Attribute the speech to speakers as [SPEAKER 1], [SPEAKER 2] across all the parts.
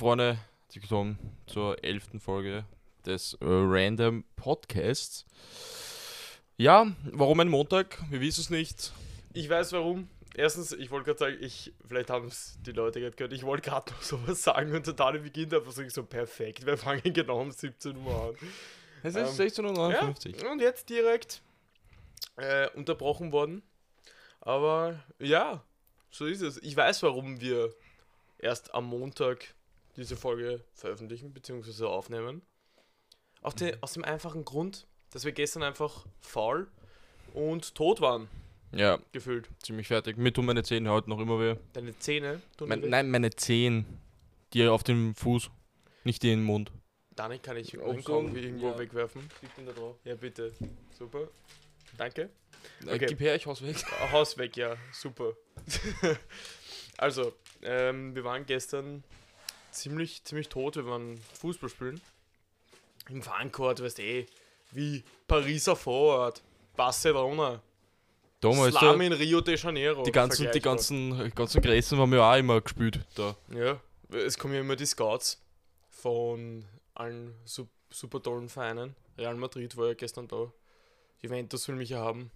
[SPEAKER 1] Freunde, herzlich willkommen zur elften Folge des äh, Random Podcasts. Ja, warum ein Montag? Wir wissen es nicht.
[SPEAKER 2] Ich weiß warum. Erstens, ich wollte gerade sagen, ich, vielleicht haben es die Leute gerade gehört, ich wollte gerade noch sowas sagen und total beginnt einfach so, ich so perfekt, wir fangen genau um 17 Uhr an.
[SPEAKER 1] Es
[SPEAKER 2] Ähm,
[SPEAKER 1] ist 16.59
[SPEAKER 2] Ja, und jetzt direkt äh, unterbrochen worden. Aber ja, so ist es. Ich weiß, warum wir erst am Montag diese Folge veröffentlichen bzw. aufnehmen. Auf den, Aus dem einfachen Grund, dass wir gestern einfach faul und tot waren,
[SPEAKER 1] ja.
[SPEAKER 2] gefühlt.
[SPEAKER 1] ziemlich fertig. Mir tun meine Zehen heute noch immer weh.
[SPEAKER 2] Deine Zähne tun
[SPEAKER 1] Mein,
[SPEAKER 2] weh.
[SPEAKER 1] nein, meine Zehen. Die auf dem Fuß, nicht die im Mund.
[SPEAKER 2] Damit kann ich
[SPEAKER 1] Auch
[SPEAKER 2] meinen
[SPEAKER 1] so,
[SPEAKER 2] Kaugummi irgendwo
[SPEAKER 1] ja.
[SPEAKER 2] wegwerfen.
[SPEAKER 1] Ich bin da drauf.
[SPEAKER 2] Ja, bitte. Super. Danke.
[SPEAKER 1] Äh,
[SPEAKER 2] Okay.
[SPEAKER 1] gib her, ich hau's weg.
[SPEAKER 2] Ah, Haus weg, ja. Super. also, ähm, wir waren gestern ziemlich, ziemlich tot. Wir waren Fußball spielen. Im Fancourt, weißt du eh, wie Pariser Vorort, Barcelona,
[SPEAKER 1] Damals
[SPEAKER 2] Slum
[SPEAKER 1] da,
[SPEAKER 2] in Rio de Janeiro.
[SPEAKER 1] die ganzen, die
[SPEAKER 2] vergleichbar.
[SPEAKER 1] ganzen, ganzen Gräsen haben ja auch immer gespielt da.
[SPEAKER 2] Ja, es kommen ja immer die Scouts von allen sup super tollen Vereinen. Real Madrid war ja gestern da. Juventus will mich ja haben.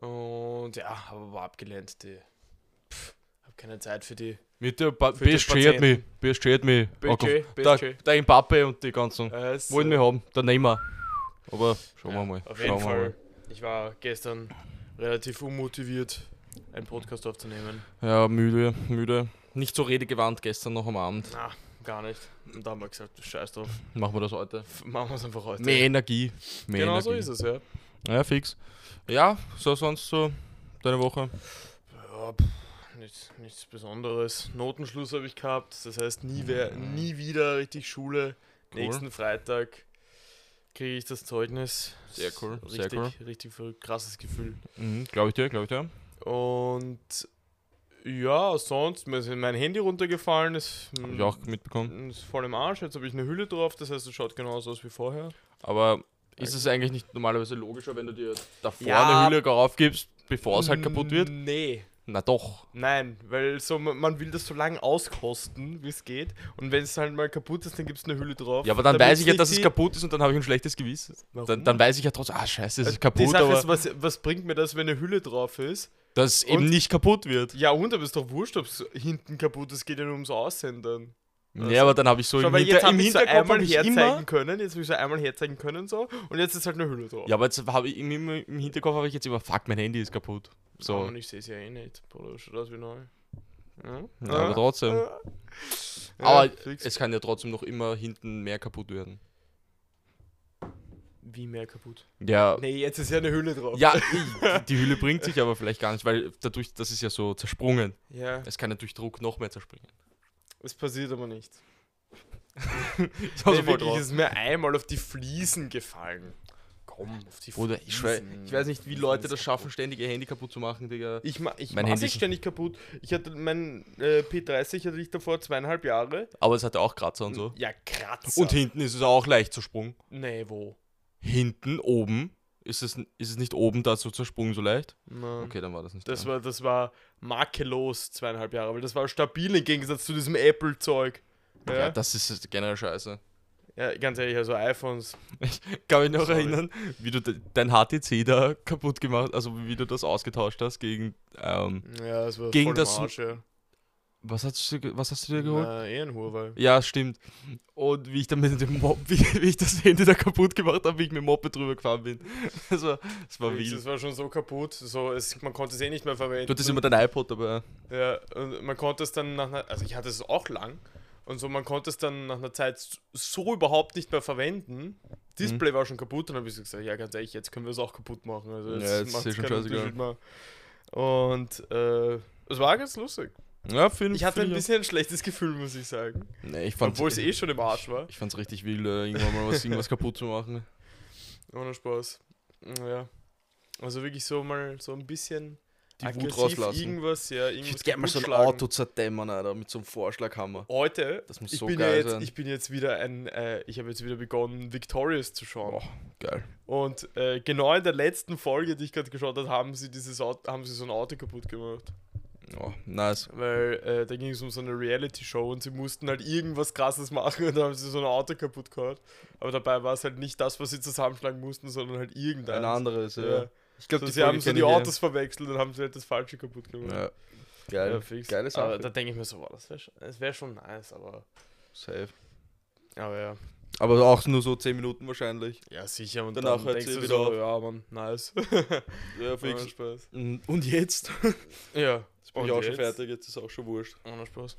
[SPEAKER 2] Und ja, aber war abgelehnt. Die Pff, hab keine Zeit für die.
[SPEAKER 1] Mit der ba
[SPEAKER 2] Für die
[SPEAKER 1] PSG hat mich,
[SPEAKER 2] Patienten.
[SPEAKER 1] PSG hat mich. angerufen.
[SPEAKER 2] PSG,
[SPEAKER 1] Der,
[SPEAKER 2] PSG.
[SPEAKER 1] der Mbappe und die ganzen.
[SPEAKER 2] Also,
[SPEAKER 1] Wollen wir haben, dann nehmen wir. Aber schauen
[SPEAKER 2] ja,
[SPEAKER 1] wir mal.
[SPEAKER 2] Auf
[SPEAKER 1] schauen
[SPEAKER 2] jeden
[SPEAKER 1] wir
[SPEAKER 2] Fall. Ich war gestern relativ unmotiviert, einen Podcast aufzunehmen.
[SPEAKER 1] Mal. Ja, müde, müde. Nicht so redegewandt gestern noch am Abend.
[SPEAKER 2] Na, gar nicht. Und da haben wir gesagt, scheiß drauf,
[SPEAKER 1] Machen wir das heute.
[SPEAKER 2] f- machen wir es einfach heute.
[SPEAKER 1] Mehr Energie. Mehr
[SPEAKER 2] genau
[SPEAKER 1] Energie.
[SPEAKER 2] so ist es, ja.
[SPEAKER 1] Ja, fix. Ja, so sonst so deine Woche.
[SPEAKER 2] Ja, pff, nichts, nichts Besonderes. Notenschluss habe ich gehabt. Das heißt, nie, wer, nie wieder richtig Schule.
[SPEAKER 1] Mhm. Cool.
[SPEAKER 2] Nächsten Freitag kriege ich das Zeugnis.
[SPEAKER 1] Sehr cool, sehr
[SPEAKER 2] Richtig,
[SPEAKER 1] cool.
[SPEAKER 2] richtig verrückt, krasses Gefühl.
[SPEAKER 1] Mhm, glaube ich dir, glaube ich dir.
[SPEAKER 2] Und ja, sonst, mir ist mein Handy runtergefallen. Ist, hm,
[SPEAKER 1] Hab ich auch mitbekommen.
[SPEAKER 2] ist voll im Arsch. Jetzt habe ich eine Hülle drauf. Das heißt, es schaut genauso aus wie vorher.
[SPEAKER 1] Aber ist es eigentlich nicht normalerweise logischer, wenn du dir davor
[SPEAKER 2] Ja. Mhm.
[SPEAKER 1] eine Hülle gar aufgibst, bevor es halt kaputt wird?
[SPEAKER 2] Nee.
[SPEAKER 1] Na doch.
[SPEAKER 2] Nein, weil so, ma- man will das so lange auskosten, wie es geht. Und wenn es halt mal kaputt ist, dann gibt es eine Hülle drauf.
[SPEAKER 1] Ja, aber dann
[SPEAKER 2] Damit
[SPEAKER 1] weiß ich ja,
[SPEAKER 2] nicht
[SPEAKER 1] dass es
[SPEAKER 2] die-
[SPEAKER 1] kaputt ist und dann habe ich ein schlechtes Gewissen.
[SPEAKER 2] Warum?
[SPEAKER 1] Dann, dann weiß ich ja trotzdem, ah scheiße, es ist
[SPEAKER 2] die
[SPEAKER 1] kaputt,
[SPEAKER 2] Sache
[SPEAKER 1] aber
[SPEAKER 2] ist, halt was, was bringt mir das, wenn eine Hülle drauf ist?
[SPEAKER 1] dass es eben
[SPEAKER 2] und-
[SPEAKER 1] nicht kaputt wird.
[SPEAKER 2] Ja, und aber ist doch wurscht, ob es hinten kaputt ist. geht ja nur ums Aussehen dann.
[SPEAKER 1] Ja, aber dann habe ich so
[SPEAKER 2] Also, Schau,
[SPEAKER 1] im,
[SPEAKER 2] weil
[SPEAKER 1] Hinter
[SPEAKER 2] jetzt
[SPEAKER 1] im
[SPEAKER 2] habe ich so
[SPEAKER 1] Hinterkopf hab
[SPEAKER 2] einmal
[SPEAKER 1] ich
[SPEAKER 2] herzeigen
[SPEAKER 1] immer.
[SPEAKER 2] können, jetzt habe ich so einmal herzeigen können so. Und jetzt ist halt eine Hülle drauf.
[SPEAKER 1] Ja, aber jetzt habe ich im, im, im Hinterkopf habe ich jetzt immer, fuck, mein Handy ist kaputt. So.
[SPEAKER 2] Und ich sehe es ja eh nicht. Bruder, schaut aus wie neu. Ja,
[SPEAKER 1] Ja, aber trotzdem.
[SPEAKER 2] Ja.
[SPEAKER 1] aber
[SPEAKER 2] fix.
[SPEAKER 1] es kann ja trotzdem noch immer hinten mehr kaputt werden.
[SPEAKER 2] Wie mehr kaputt?
[SPEAKER 1] Ja.
[SPEAKER 2] Nee, jetzt ist ja eine Hülle drauf.
[SPEAKER 1] Ja, ich- die Hülle bringt sich aber vielleicht gar nicht, weil dadurch, das ist ja so zersprungen.
[SPEAKER 2] ja.
[SPEAKER 1] Es kann ja durch Druck noch mehr zerspringen.
[SPEAKER 2] Es passiert aber nichts.
[SPEAKER 1] Ich
[SPEAKER 2] Also nee, wirklich, es ist mir einmal auf die Fliesen gefallen. Komm, auf die
[SPEAKER 1] Bruder, ich, schwör, ich weiß nicht, wie Leute das schaffen, ständig ihr Handy kaputt zu machen, Digga.
[SPEAKER 2] Ich, ma ich
[SPEAKER 1] Mein
[SPEAKER 2] mein
[SPEAKER 1] Handy
[SPEAKER 2] ich
[SPEAKER 1] ist-
[SPEAKER 2] ständig kaputt. Ich hatte mein äh, P30 hatte ich davor zweieinhalb Jahre.
[SPEAKER 1] Aber es hat ja auch Kratzer und so.
[SPEAKER 2] Ja, Kratzer.
[SPEAKER 1] Und hinten ist es auch leicht zersprungen.
[SPEAKER 2] Nee, wo?
[SPEAKER 1] Hinten, oben. Ist es, ist es nicht oben da so zersprungen so leicht?
[SPEAKER 2] Na.
[SPEAKER 1] Okay, dann war das nicht.
[SPEAKER 2] Mhm. Das
[SPEAKER 1] dran.
[SPEAKER 2] war, das war makellos zweieinhalb Jahre, weil das war stabil im Gegensatz zu diesem Apple-Zeug. Ja?
[SPEAKER 1] ja,
[SPEAKER 2] Ja,
[SPEAKER 1] das ist generell scheiße.
[SPEAKER 2] ganz ehrlich, also iPhones.
[SPEAKER 1] Ich kann mich noch
[SPEAKER 2] Sorry.
[SPEAKER 1] erinnern, wie du de dein HTC da kaputt gemacht also wie du das ausgetauscht hast gegen. Ähm,
[SPEAKER 2] Ja, das war
[SPEAKER 1] Ging
[SPEAKER 2] voll
[SPEAKER 1] das-
[SPEAKER 2] im Arsch, ja.
[SPEAKER 1] was, hast du, ge- was hast du dir geholt?
[SPEAKER 2] Na, eh ein Huawei.
[SPEAKER 1] Ja, stimmt. Und wie ich dann mit dem Mop, wie, wie ich das Handy da kaputt gemacht habe, wie ich mit dem Moped drüber gefahren bin. Das war, das war
[SPEAKER 2] Das
[SPEAKER 1] wild.
[SPEAKER 2] war schon so kaputt, so, es, man konnte es eh nicht mehr verwenden.
[SPEAKER 1] Du hattest immer dein iPod dabei.
[SPEAKER 2] Ja, und man konnte es dann nach einer, also ich hatte es auch lang und so, man konnte es dann nach einer Zeit s- so überhaupt nicht mehr verwenden. Display
[SPEAKER 1] Mhm.
[SPEAKER 2] war schon kaputt, dann habe ich so gesagt, ja ganz ehrlich, jetzt können wir es auch kaputt machen. Also
[SPEAKER 1] Ja,
[SPEAKER 2] jetzt
[SPEAKER 1] jetzt ist
[SPEAKER 2] macht's
[SPEAKER 1] eh schon
[SPEAKER 2] keinen
[SPEAKER 1] scheißegal.
[SPEAKER 2] Unterschied mehr. Und äh, es war ganz lustig.
[SPEAKER 1] Ja, finde
[SPEAKER 2] Ich hatte ein
[SPEAKER 1] find
[SPEAKER 2] bisschen ein schlechtes Gefühl, muss ich sagen.
[SPEAKER 1] auch- Nee, ich fand's,
[SPEAKER 2] Obwohl es eh schon im Arsch war.
[SPEAKER 1] ich fand's richtig wild, äh, irgendwann mal was, irgendwas kaputt zu machen.
[SPEAKER 2] Ohne Spaß. Ja. Also wirklich so mal so ein bisschen
[SPEAKER 1] Die Wut
[SPEAKER 2] aggressiv
[SPEAKER 1] rauslassen.
[SPEAKER 2] Irgendwas, ja, irgendwas
[SPEAKER 1] Ich würde gerne mal so ein
[SPEAKER 2] kaputtschlagen.
[SPEAKER 1] Auto zerdämmern, Alter, mit so einem Vorschlaghammer.
[SPEAKER 2] heute,
[SPEAKER 1] Das muss
[SPEAKER 2] ich,
[SPEAKER 1] so
[SPEAKER 2] bin
[SPEAKER 1] geil
[SPEAKER 2] ja jetzt,
[SPEAKER 1] sein.
[SPEAKER 2] ich bin jetzt wieder ein, äh, ich habe jetzt wieder begonnen, Victorious zu
[SPEAKER 1] Oh.
[SPEAKER 2] schauen.
[SPEAKER 1] Geil.
[SPEAKER 2] Und äh, genau in der letzten Folge, die ich gerade geschaut habe, haben sie dieses Auto, haben sie so ein Auto kaputt gemacht.
[SPEAKER 1] Oh, nice.
[SPEAKER 2] Weil äh, da ging es um so eine Reality-Show und sie mussten halt irgendwas krasses machen und da haben sie so ein Auto kaputt gehauen. Aber dabei war es halt nicht das, was sie zusammenschlagen mussten, sondern halt irgendein.
[SPEAKER 1] Ein anderes, ja.
[SPEAKER 2] Ja.
[SPEAKER 1] Ich glaube,
[SPEAKER 2] So, sie haben so die Autos verwechselt und haben sie halt das Falsche kaputt gemacht.
[SPEAKER 1] Ja. Geil.
[SPEAKER 2] Ja, fix.
[SPEAKER 1] Geile Sache.
[SPEAKER 2] Aber da denke ich mir so, wow, das wäre schon, das wär schon nice, aber.
[SPEAKER 1] Safe.
[SPEAKER 2] Aber ja.
[SPEAKER 1] Aber auch nur so 10 Minuten wahrscheinlich.
[SPEAKER 2] Ja, sicher. Und
[SPEAKER 1] Danach
[SPEAKER 2] dann
[SPEAKER 1] hört
[SPEAKER 2] denkst
[SPEAKER 1] sie
[SPEAKER 2] du
[SPEAKER 1] wieder
[SPEAKER 2] so,
[SPEAKER 1] auf.
[SPEAKER 2] Ja, Mann, nice.
[SPEAKER 1] Ja,
[SPEAKER 2] Ohne Spaß.
[SPEAKER 1] Und jetzt?
[SPEAKER 2] Ja.
[SPEAKER 1] Jetzt bin
[SPEAKER 2] Und
[SPEAKER 1] ich auch schon
[SPEAKER 2] jetzt?
[SPEAKER 1] fertig, jetzt ist auch schon wurscht.
[SPEAKER 2] Ohne Spaß.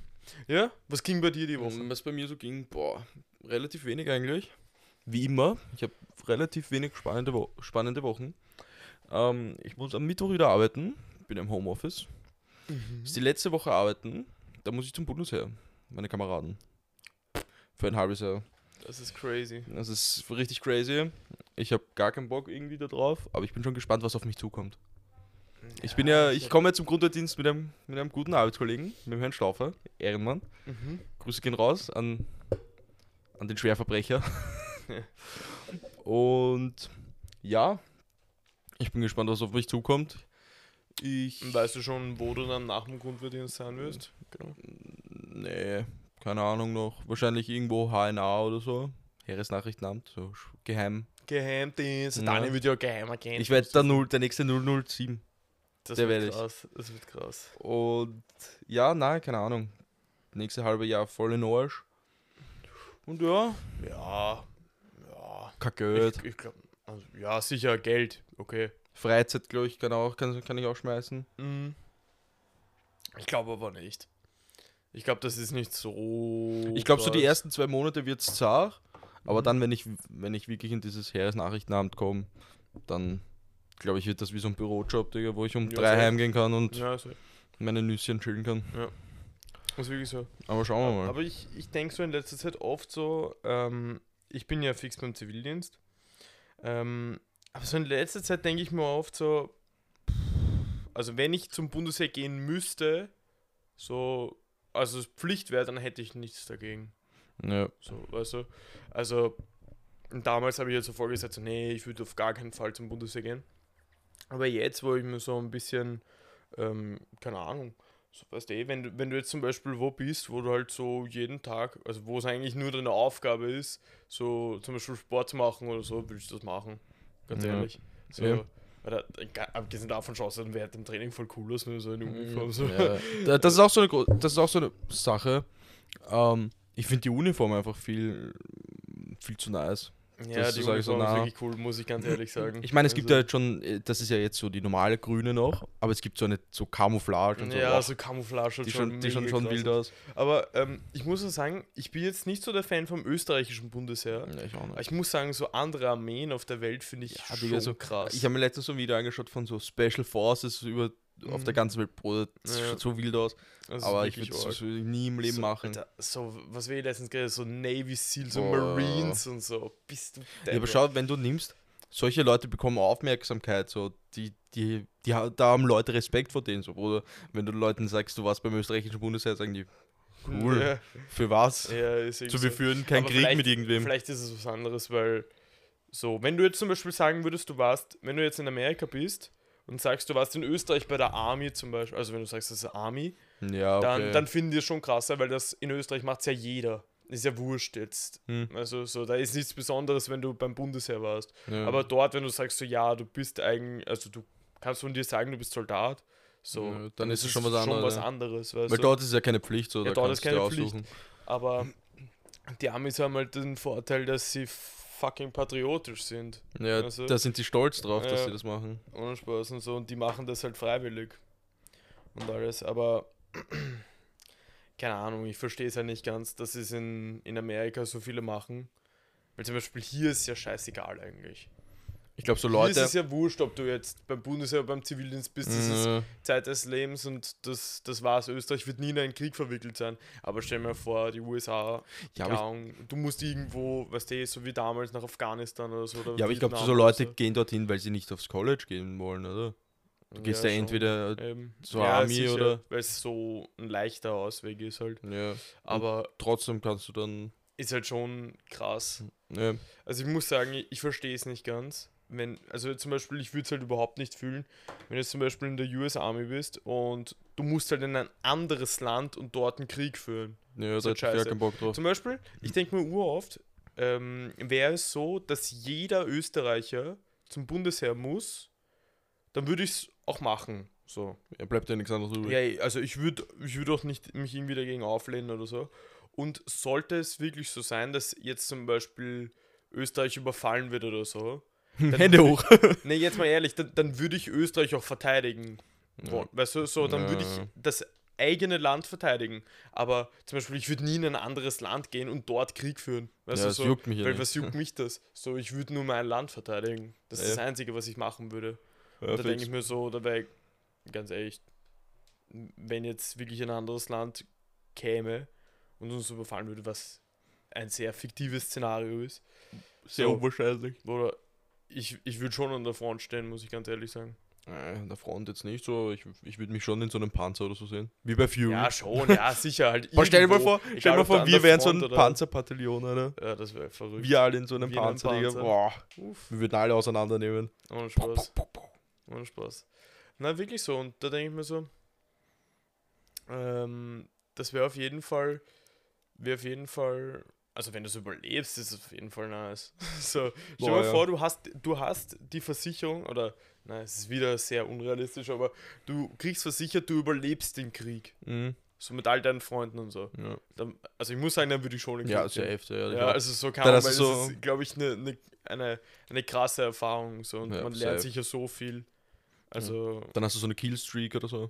[SPEAKER 2] Ja? Was ging bei dir die Woche?
[SPEAKER 1] Was bei mir so ging, boah, relativ wenig eigentlich. Wie immer. Ich habe relativ wenig spannende, Wo spannende Wochen. Ähm, ich muss am Mittwoch wieder arbeiten. Bin im Homeoffice. Ist die letzte Woche arbeiten. Da muss ich zum Bundesheer. Meine Kameraden. Für ein halbes Jahr.
[SPEAKER 2] Das ist crazy.
[SPEAKER 1] Das ist richtig crazy. Ich habe gar keinen Bock irgendwie da drauf, aber ich bin schon gespannt, was auf mich zukommt. Ich bin ja, ich komme ja zum Grundwehrdienst mit einem, mit einem guten Arbeitskollegen, mit dem Herrn Staufer, Ehrenmann.
[SPEAKER 2] Mhm.
[SPEAKER 1] Grüße gehen raus an, an den Schwerverbrecher. Und ja, ich bin gespannt, was auf mich zukommt. Ich.
[SPEAKER 2] Weißt du schon, wo du dann nach dem Grundwehrdienst
[SPEAKER 1] Mhm.
[SPEAKER 2] sein wirst? Genau.
[SPEAKER 1] Nee, keine Ahnung noch. Wahrscheinlich irgendwo HNA oder so. Heeresnachrichtenamt, so sch- geheim.
[SPEAKER 2] Geheimdienst.
[SPEAKER 1] Ja.
[SPEAKER 2] Daniel wird ja geheim agent.
[SPEAKER 1] Ich werde der, Null, der nächste 007.
[SPEAKER 2] Das
[SPEAKER 1] der
[SPEAKER 2] wird
[SPEAKER 1] werd ich.
[SPEAKER 2] krass. Das wird krass.
[SPEAKER 1] Und ja, nein, keine Ahnung. Nächste halbe Jahr voll in Arsch. Und ja,
[SPEAKER 2] Ja. Ja.
[SPEAKER 1] kacke.
[SPEAKER 2] Ich, ich glaube, also, ja, sicher, Geld. Okay.
[SPEAKER 1] Freizeit, glaube ich, kann, auch, kann, kann ich auch schmeißen.
[SPEAKER 2] Mhm. Ich glaube aber nicht. Ich glaube, das ist nicht so.
[SPEAKER 1] Ich glaube, so die
[SPEAKER 2] krass.
[SPEAKER 1] ersten zwei Monate wird es zart. Aber
[SPEAKER 2] Mhm.
[SPEAKER 1] dann, wenn ich, wenn ich wirklich in dieses Heeresnachrichtenamt komme, dann glaube ich, wird das wie so ein Bürojob, Digga, wo ich um
[SPEAKER 2] Ja,
[SPEAKER 1] drei
[SPEAKER 2] safe.
[SPEAKER 1] heimgehen kann und
[SPEAKER 2] Ja, so.
[SPEAKER 1] meine Nüsschen chillen kann.
[SPEAKER 2] Das ist wirklich so.
[SPEAKER 1] Aber schauen wir mal.
[SPEAKER 2] Aber ich, ich denke so in letzter Zeit oft so, ähm, ich bin ja fix beim Zivildienst. Ähm, aber so in letzter Zeit denke ich mir oft so, pff, also wenn ich zum Bundesheer gehen müsste, so, also es Pflicht wäre, dann hätte ich nichts dagegen.
[SPEAKER 1] ja.
[SPEAKER 2] So, weißt du? Also, damals habe ich jetzt so vorgesagt, so, nee, ich würde auf gar keinen Fall zum Bundesheer gehen. Aber jetzt, wo ich mir so ein bisschen, ähm, keine Ahnung, so, weißt du, eh, wenn, du- wenn du jetzt zum Beispiel wo bist, wo du halt so jeden Tag, also wo es eigentlich nur deine Aufgabe ist, so zum Beispiel Sport zu machen oder so, würde ich das machen. Ganz
[SPEAKER 1] Ja.
[SPEAKER 2] ehrlich. So,
[SPEAKER 1] Ja.
[SPEAKER 2] weil da, ga- abgesehen davon schaust du dann während dem Training voll cool aus, nur so in Uniform. So.
[SPEAKER 1] Mhm. Ja. Da- Das ist auch so eine, gro- das ist auch so eine Sache. Ähm, ich finde die Uniform einfach viel, viel zu nice.
[SPEAKER 2] Ja,
[SPEAKER 1] Das
[SPEAKER 2] die
[SPEAKER 1] sag ich so,
[SPEAKER 2] Uniform ist
[SPEAKER 1] na.
[SPEAKER 2] wirklich cool, muss ich ganz ehrlich sagen.
[SPEAKER 1] Ich meine, es gibt
[SPEAKER 2] Also-
[SPEAKER 1] ja jetzt schon, äh, das ist ja jetzt so die normale grüne noch, aber es gibt so eine so Camouflage und so.
[SPEAKER 2] Ja,
[SPEAKER 1] Boah,
[SPEAKER 2] so Camouflage
[SPEAKER 1] die schon, die schon,
[SPEAKER 2] mega
[SPEAKER 1] schon
[SPEAKER 2] krass
[SPEAKER 1] wild
[SPEAKER 2] aus.
[SPEAKER 1] aus.
[SPEAKER 2] Aber ähm, ich muss auch sagen, ich bin jetzt nicht so der Fan vom österreichischen Bundesheer.
[SPEAKER 1] Ja, ich auch
[SPEAKER 2] Aber
[SPEAKER 1] nicht.
[SPEAKER 2] Ich muss sagen, so andere Armeen auf der Welt finde ich
[SPEAKER 1] Ja,
[SPEAKER 2] schon
[SPEAKER 1] Digga, so-
[SPEAKER 2] krass.
[SPEAKER 1] Ich habe mir letztens so ein Video angeschaut von so Special Forces über auf der
[SPEAKER 2] Mhm.
[SPEAKER 1] ganzen Welt, Bruder, das
[SPEAKER 2] Ja.
[SPEAKER 1] schaut so wild aus.
[SPEAKER 2] Das ist
[SPEAKER 1] aber ich
[SPEAKER 2] Also wirklich
[SPEAKER 1] würde das
[SPEAKER 2] arg.
[SPEAKER 1] würd ich nie im Leben
[SPEAKER 2] so,
[SPEAKER 1] machen.
[SPEAKER 2] Alter, so, was wir letztens geredet so Navy Seals so
[SPEAKER 1] Boah.
[SPEAKER 2] Marines und so. Bist du
[SPEAKER 1] Ja, aber schau, wenn du nimmst, solche Leute bekommen Aufmerksamkeit, so, die, die, die, ha- da haben Leute Respekt vor denen, so, Bruder. Wenn du Leuten sagst, du warst beim österreichischen Bundesheer, sagen die, cool, für was?
[SPEAKER 2] Ja, ja, ist irgendwie
[SPEAKER 1] So,
[SPEAKER 2] so.
[SPEAKER 1] wir führen keinen
[SPEAKER 2] Aber
[SPEAKER 1] Krieg
[SPEAKER 2] vielleicht-
[SPEAKER 1] mit irgendwem.
[SPEAKER 2] Vielleicht ist es was anderes, weil so, wenn du jetzt zum Beispiel sagen würdest, du warst, wenn du jetzt in Amerika bist und sagst, du warst in Österreich bei der Army zum Beispiel, also wenn du sagst, das ist Army,
[SPEAKER 1] Ja, okay.
[SPEAKER 2] dann, dann finden die es schon krasser, weil das in Österreich macht es ja jeder. Ist ja wurscht jetzt.
[SPEAKER 1] Hm.
[SPEAKER 2] Also so, da ist nichts Besonderes, wenn du beim Bundesheer warst.
[SPEAKER 1] ja.
[SPEAKER 2] Aber dort, wenn du sagst, so ja, du bist eigentlich, also du kannst von dir sagen, du bist Soldat, so
[SPEAKER 1] Ja, dann ist es schon was anderes,
[SPEAKER 2] was
[SPEAKER 1] ja.
[SPEAKER 2] anderes,
[SPEAKER 1] Weil
[SPEAKER 2] weißt du?
[SPEAKER 1] dort ist ja keine Pflicht, so,
[SPEAKER 2] also Ja,
[SPEAKER 1] da
[SPEAKER 2] dort ist
[SPEAKER 1] kannst du dir
[SPEAKER 2] keine Pflicht.
[SPEAKER 1] aussuchen.
[SPEAKER 2] Aber die Amis haben halt den Vorteil, dass sie fucking patriotisch sind.
[SPEAKER 1] Ja,
[SPEAKER 2] Also-
[SPEAKER 1] da sind die stolz drauf, dass
[SPEAKER 2] Ja.
[SPEAKER 1] sie das machen.
[SPEAKER 2] Ohne Spaß und so. Und die machen das halt freiwillig. Und alles. Aber keine Ahnung, ich verstehe es ja nicht ganz, dass es in, in Amerika so viele machen. Weil zum Beispiel hier ist ja scheißegal eigentlich.
[SPEAKER 1] Ich glaube, so
[SPEAKER 2] Hier
[SPEAKER 1] Leute.
[SPEAKER 2] ist es ja wurscht, ob du jetzt beim Bundesheer oder beim Zivildienst bist. Das ist
[SPEAKER 1] Ja,
[SPEAKER 2] Zeit des Lebens und das, das war's. Österreich wird nie in einen Krieg verwickelt sein. Aber stell mir vor, die USA,
[SPEAKER 1] Ja,
[SPEAKER 2] ja,
[SPEAKER 1] aber
[SPEAKER 2] du musst irgendwo, weißt du, so wie damals nach Afghanistan oder so. Oder
[SPEAKER 1] ja, aber ich glaube,
[SPEAKER 2] Vietnam
[SPEAKER 1] so
[SPEAKER 2] oder
[SPEAKER 1] Leute gehen dorthin, weil sie nicht aufs College gehen wollen, oder? Du gehst ja,
[SPEAKER 2] schon.
[SPEAKER 1] entweder.
[SPEAKER 2] Ähm,
[SPEAKER 1] zur Army oder-
[SPEAKER 2] Weil es so ein leichter Ausweg ist halt.
[SPEAKER 1] Ja. Hm.
[SPEAKER 2] Aber
[SPEAKER 1] Trotzdem kannst du dann.
[SPEAKER 2] ist halt schon krass.
[SPEAKER 1] Ja.
[SPEAKER 2] Also ich muss sagen, ich, ich verstehe es nicht ganz. wenn, also zum Beispiel, ich würde es halt überhaupt nicht fühlen, wenn du jetzt zum Beispiel in der US Army bist und du musst halt in ein anderes Land und dort einen Krieg führen.
[SPEAKER 1] Ja,
[SPEAKER 2] ist
[SPEAKER 1] da hätte
[SPEAKER 2] halt
[SPEAKER 1] ich ja
[SPEAKER 2] scheiße.
[SPEAKER 1] keinen Bock drauf.
[SPEAKER 2] Zum Beispiel,
[SPEAKER 1] Hm.
[SPEAKER 2] ich denke mir uroft, ähm, wäre es so, dass jeder Österreicher zum Bundesheer muss, dann würde ich es auch machen. So.
[SPEAKER 1] Ja, bleibt ja nichts anderes übrig.
[SPEAKER 2] Ja, also ich würde ich würd auch nicht mich irgendwie dagegen auflehnen oder so. Und sollte es wirklich so sein, dass jetzt zum Beispiel Österreich überfallen wird oder so, dann
[SPEAKER 1] Hände
[SPEAKER 2] würd
[SPEAKER 1] hoch.
[SPEAKER 2] nee, jetzt mal ehrlich, dann, dann würde ich Österreich auch verteidigen. wollen. Weißt du, so, dann würde
[SPEAKER 1] Ja.
[SPEAKER 2] ich das eigene Land verteidigen. Aber zum Beispiel, ich würde nie in ein anderes Land gehen und dort Krieg führen. Weißt
[SPEAKER 1] Ja,
[SPEAKER 2] du,
[SPEAKER 1] das
[SPEAKER 2] so,
[SPEAKER 1] juckt mich ja
[SPEAKER 2] Weil
[SPEAKER 1] nicht.
[SPEAKER 2] was juckt mich das? So, ich würde nur mein Land verteidigen. Das ist
[SPEAKER 1] Ja.
[SPEAKER 2] das Einzige, was ich machen würde.
[SPEAKER 1] Ja,
[SPEAKER 2] Da denke ich mir so, da wäre ganz ehrlich, wenn jetzt wirklich ein anderes Land käme und uns überfallen würde, was ein sehr fiktives Szenario ist,
[SPEAKER 1] Sehr
[SPEAKER 2] so.
[SPEAKER 1] unwahrscheinlich.
[SPEAKER 2] oder ich, ich würde schon an der Front stehen, muss ich ganz ehrlich sagen.
[SPEAKER 1] Äh, an der Front jetzt nicht so. Ich, ich würde mich schon in so einem Panzer oder so sehen. Wie bei Fury.
[SPEAKER 2] Ja, schon, ja, sicher halt.
[SPEAKER 1] Boah, stell dir mal
[SPEAKER 2] irgendwo,
[SPEAKER 1] vor,
[SPEAKER 2] egal
[SPEAKER 1] stell dir mal
[SPEAKER 2] ob da
[SPEAKER 1] vor
[SPEAKER 2] an
[SPEAKER 1] wir
[SPEAKER 2] der
[SPEAKER 1] wären so
[SPEAKER 2] Front
[SPEAKER 1] ein
[SPEAKER 2] oder-
[SPEAKER 1] Panzerbataillon, oder?
[SPEAKER 2] Ja, das wäre verrückt.
[SPEAKER 1] Wir alle in so einem
[SPEAKER 2] Wir in einem
[SPEAKER 1] Panzer, Digga.
[SPEAKER 2] Panzer.
[SPEAKER 1] Boah,
[SPEAKER 2] Uff,
[SPEAKER 1] wir würden alle auseinandernehmen.
[SPEAKER 2] ohne Spaß, ohne Spaß. Na, wirklich so, und da denke ich mir so, ähm, das wäre auf jeden Fall, wäre auf jeden Fall, also wenn du es überlebst, ist es auf jeden Fall nice. so, stell dir
[SPEAKER 1] Boah,
[SPEAKER 2] mal
[SPEAKER 1] ja.
[SPEAKER 2] vor, du hast, du hast die Versicherung, oder, nein, es ist wieder sehr unrealistisch, aber du kriegst versichert, du überlebst den Krieg.
[SPEAKER 1] Mhm.
[SPEAKER 2] So mit all deinen Freunden und so.
[SPEAKER 1] Ja,
[SPEAKER 2] Dann, also ich muss sagen, dann würde ich schon in den
[SPEAKER 1] ja
[SPEAKER 2] Krieg gehen.
[SPEAKER 1] safe, ja.
[SPEAKER 2] Ja, also so kann
[SPEAKER 1] Dann
[SPEAKER 2] man,
[SPEAKER 1] hast
[SPEAKER 2] weil
[SPEAKER 1] du
[SPEAKER 2] das
[SPEAKER 1] so-
[SPEAKER 2] ist, glaube ich, eine ne, eine, eine krasse Erfahrung. So. Und
[SPEAKER 1] Ja,
[SPEAKER 2] man
[SPEAKER 1] safe.
[SPEAKER 2] lernt sicher so viel. Also,
[SPEAKER 1] Dann hast du so eine Killstreak oder so.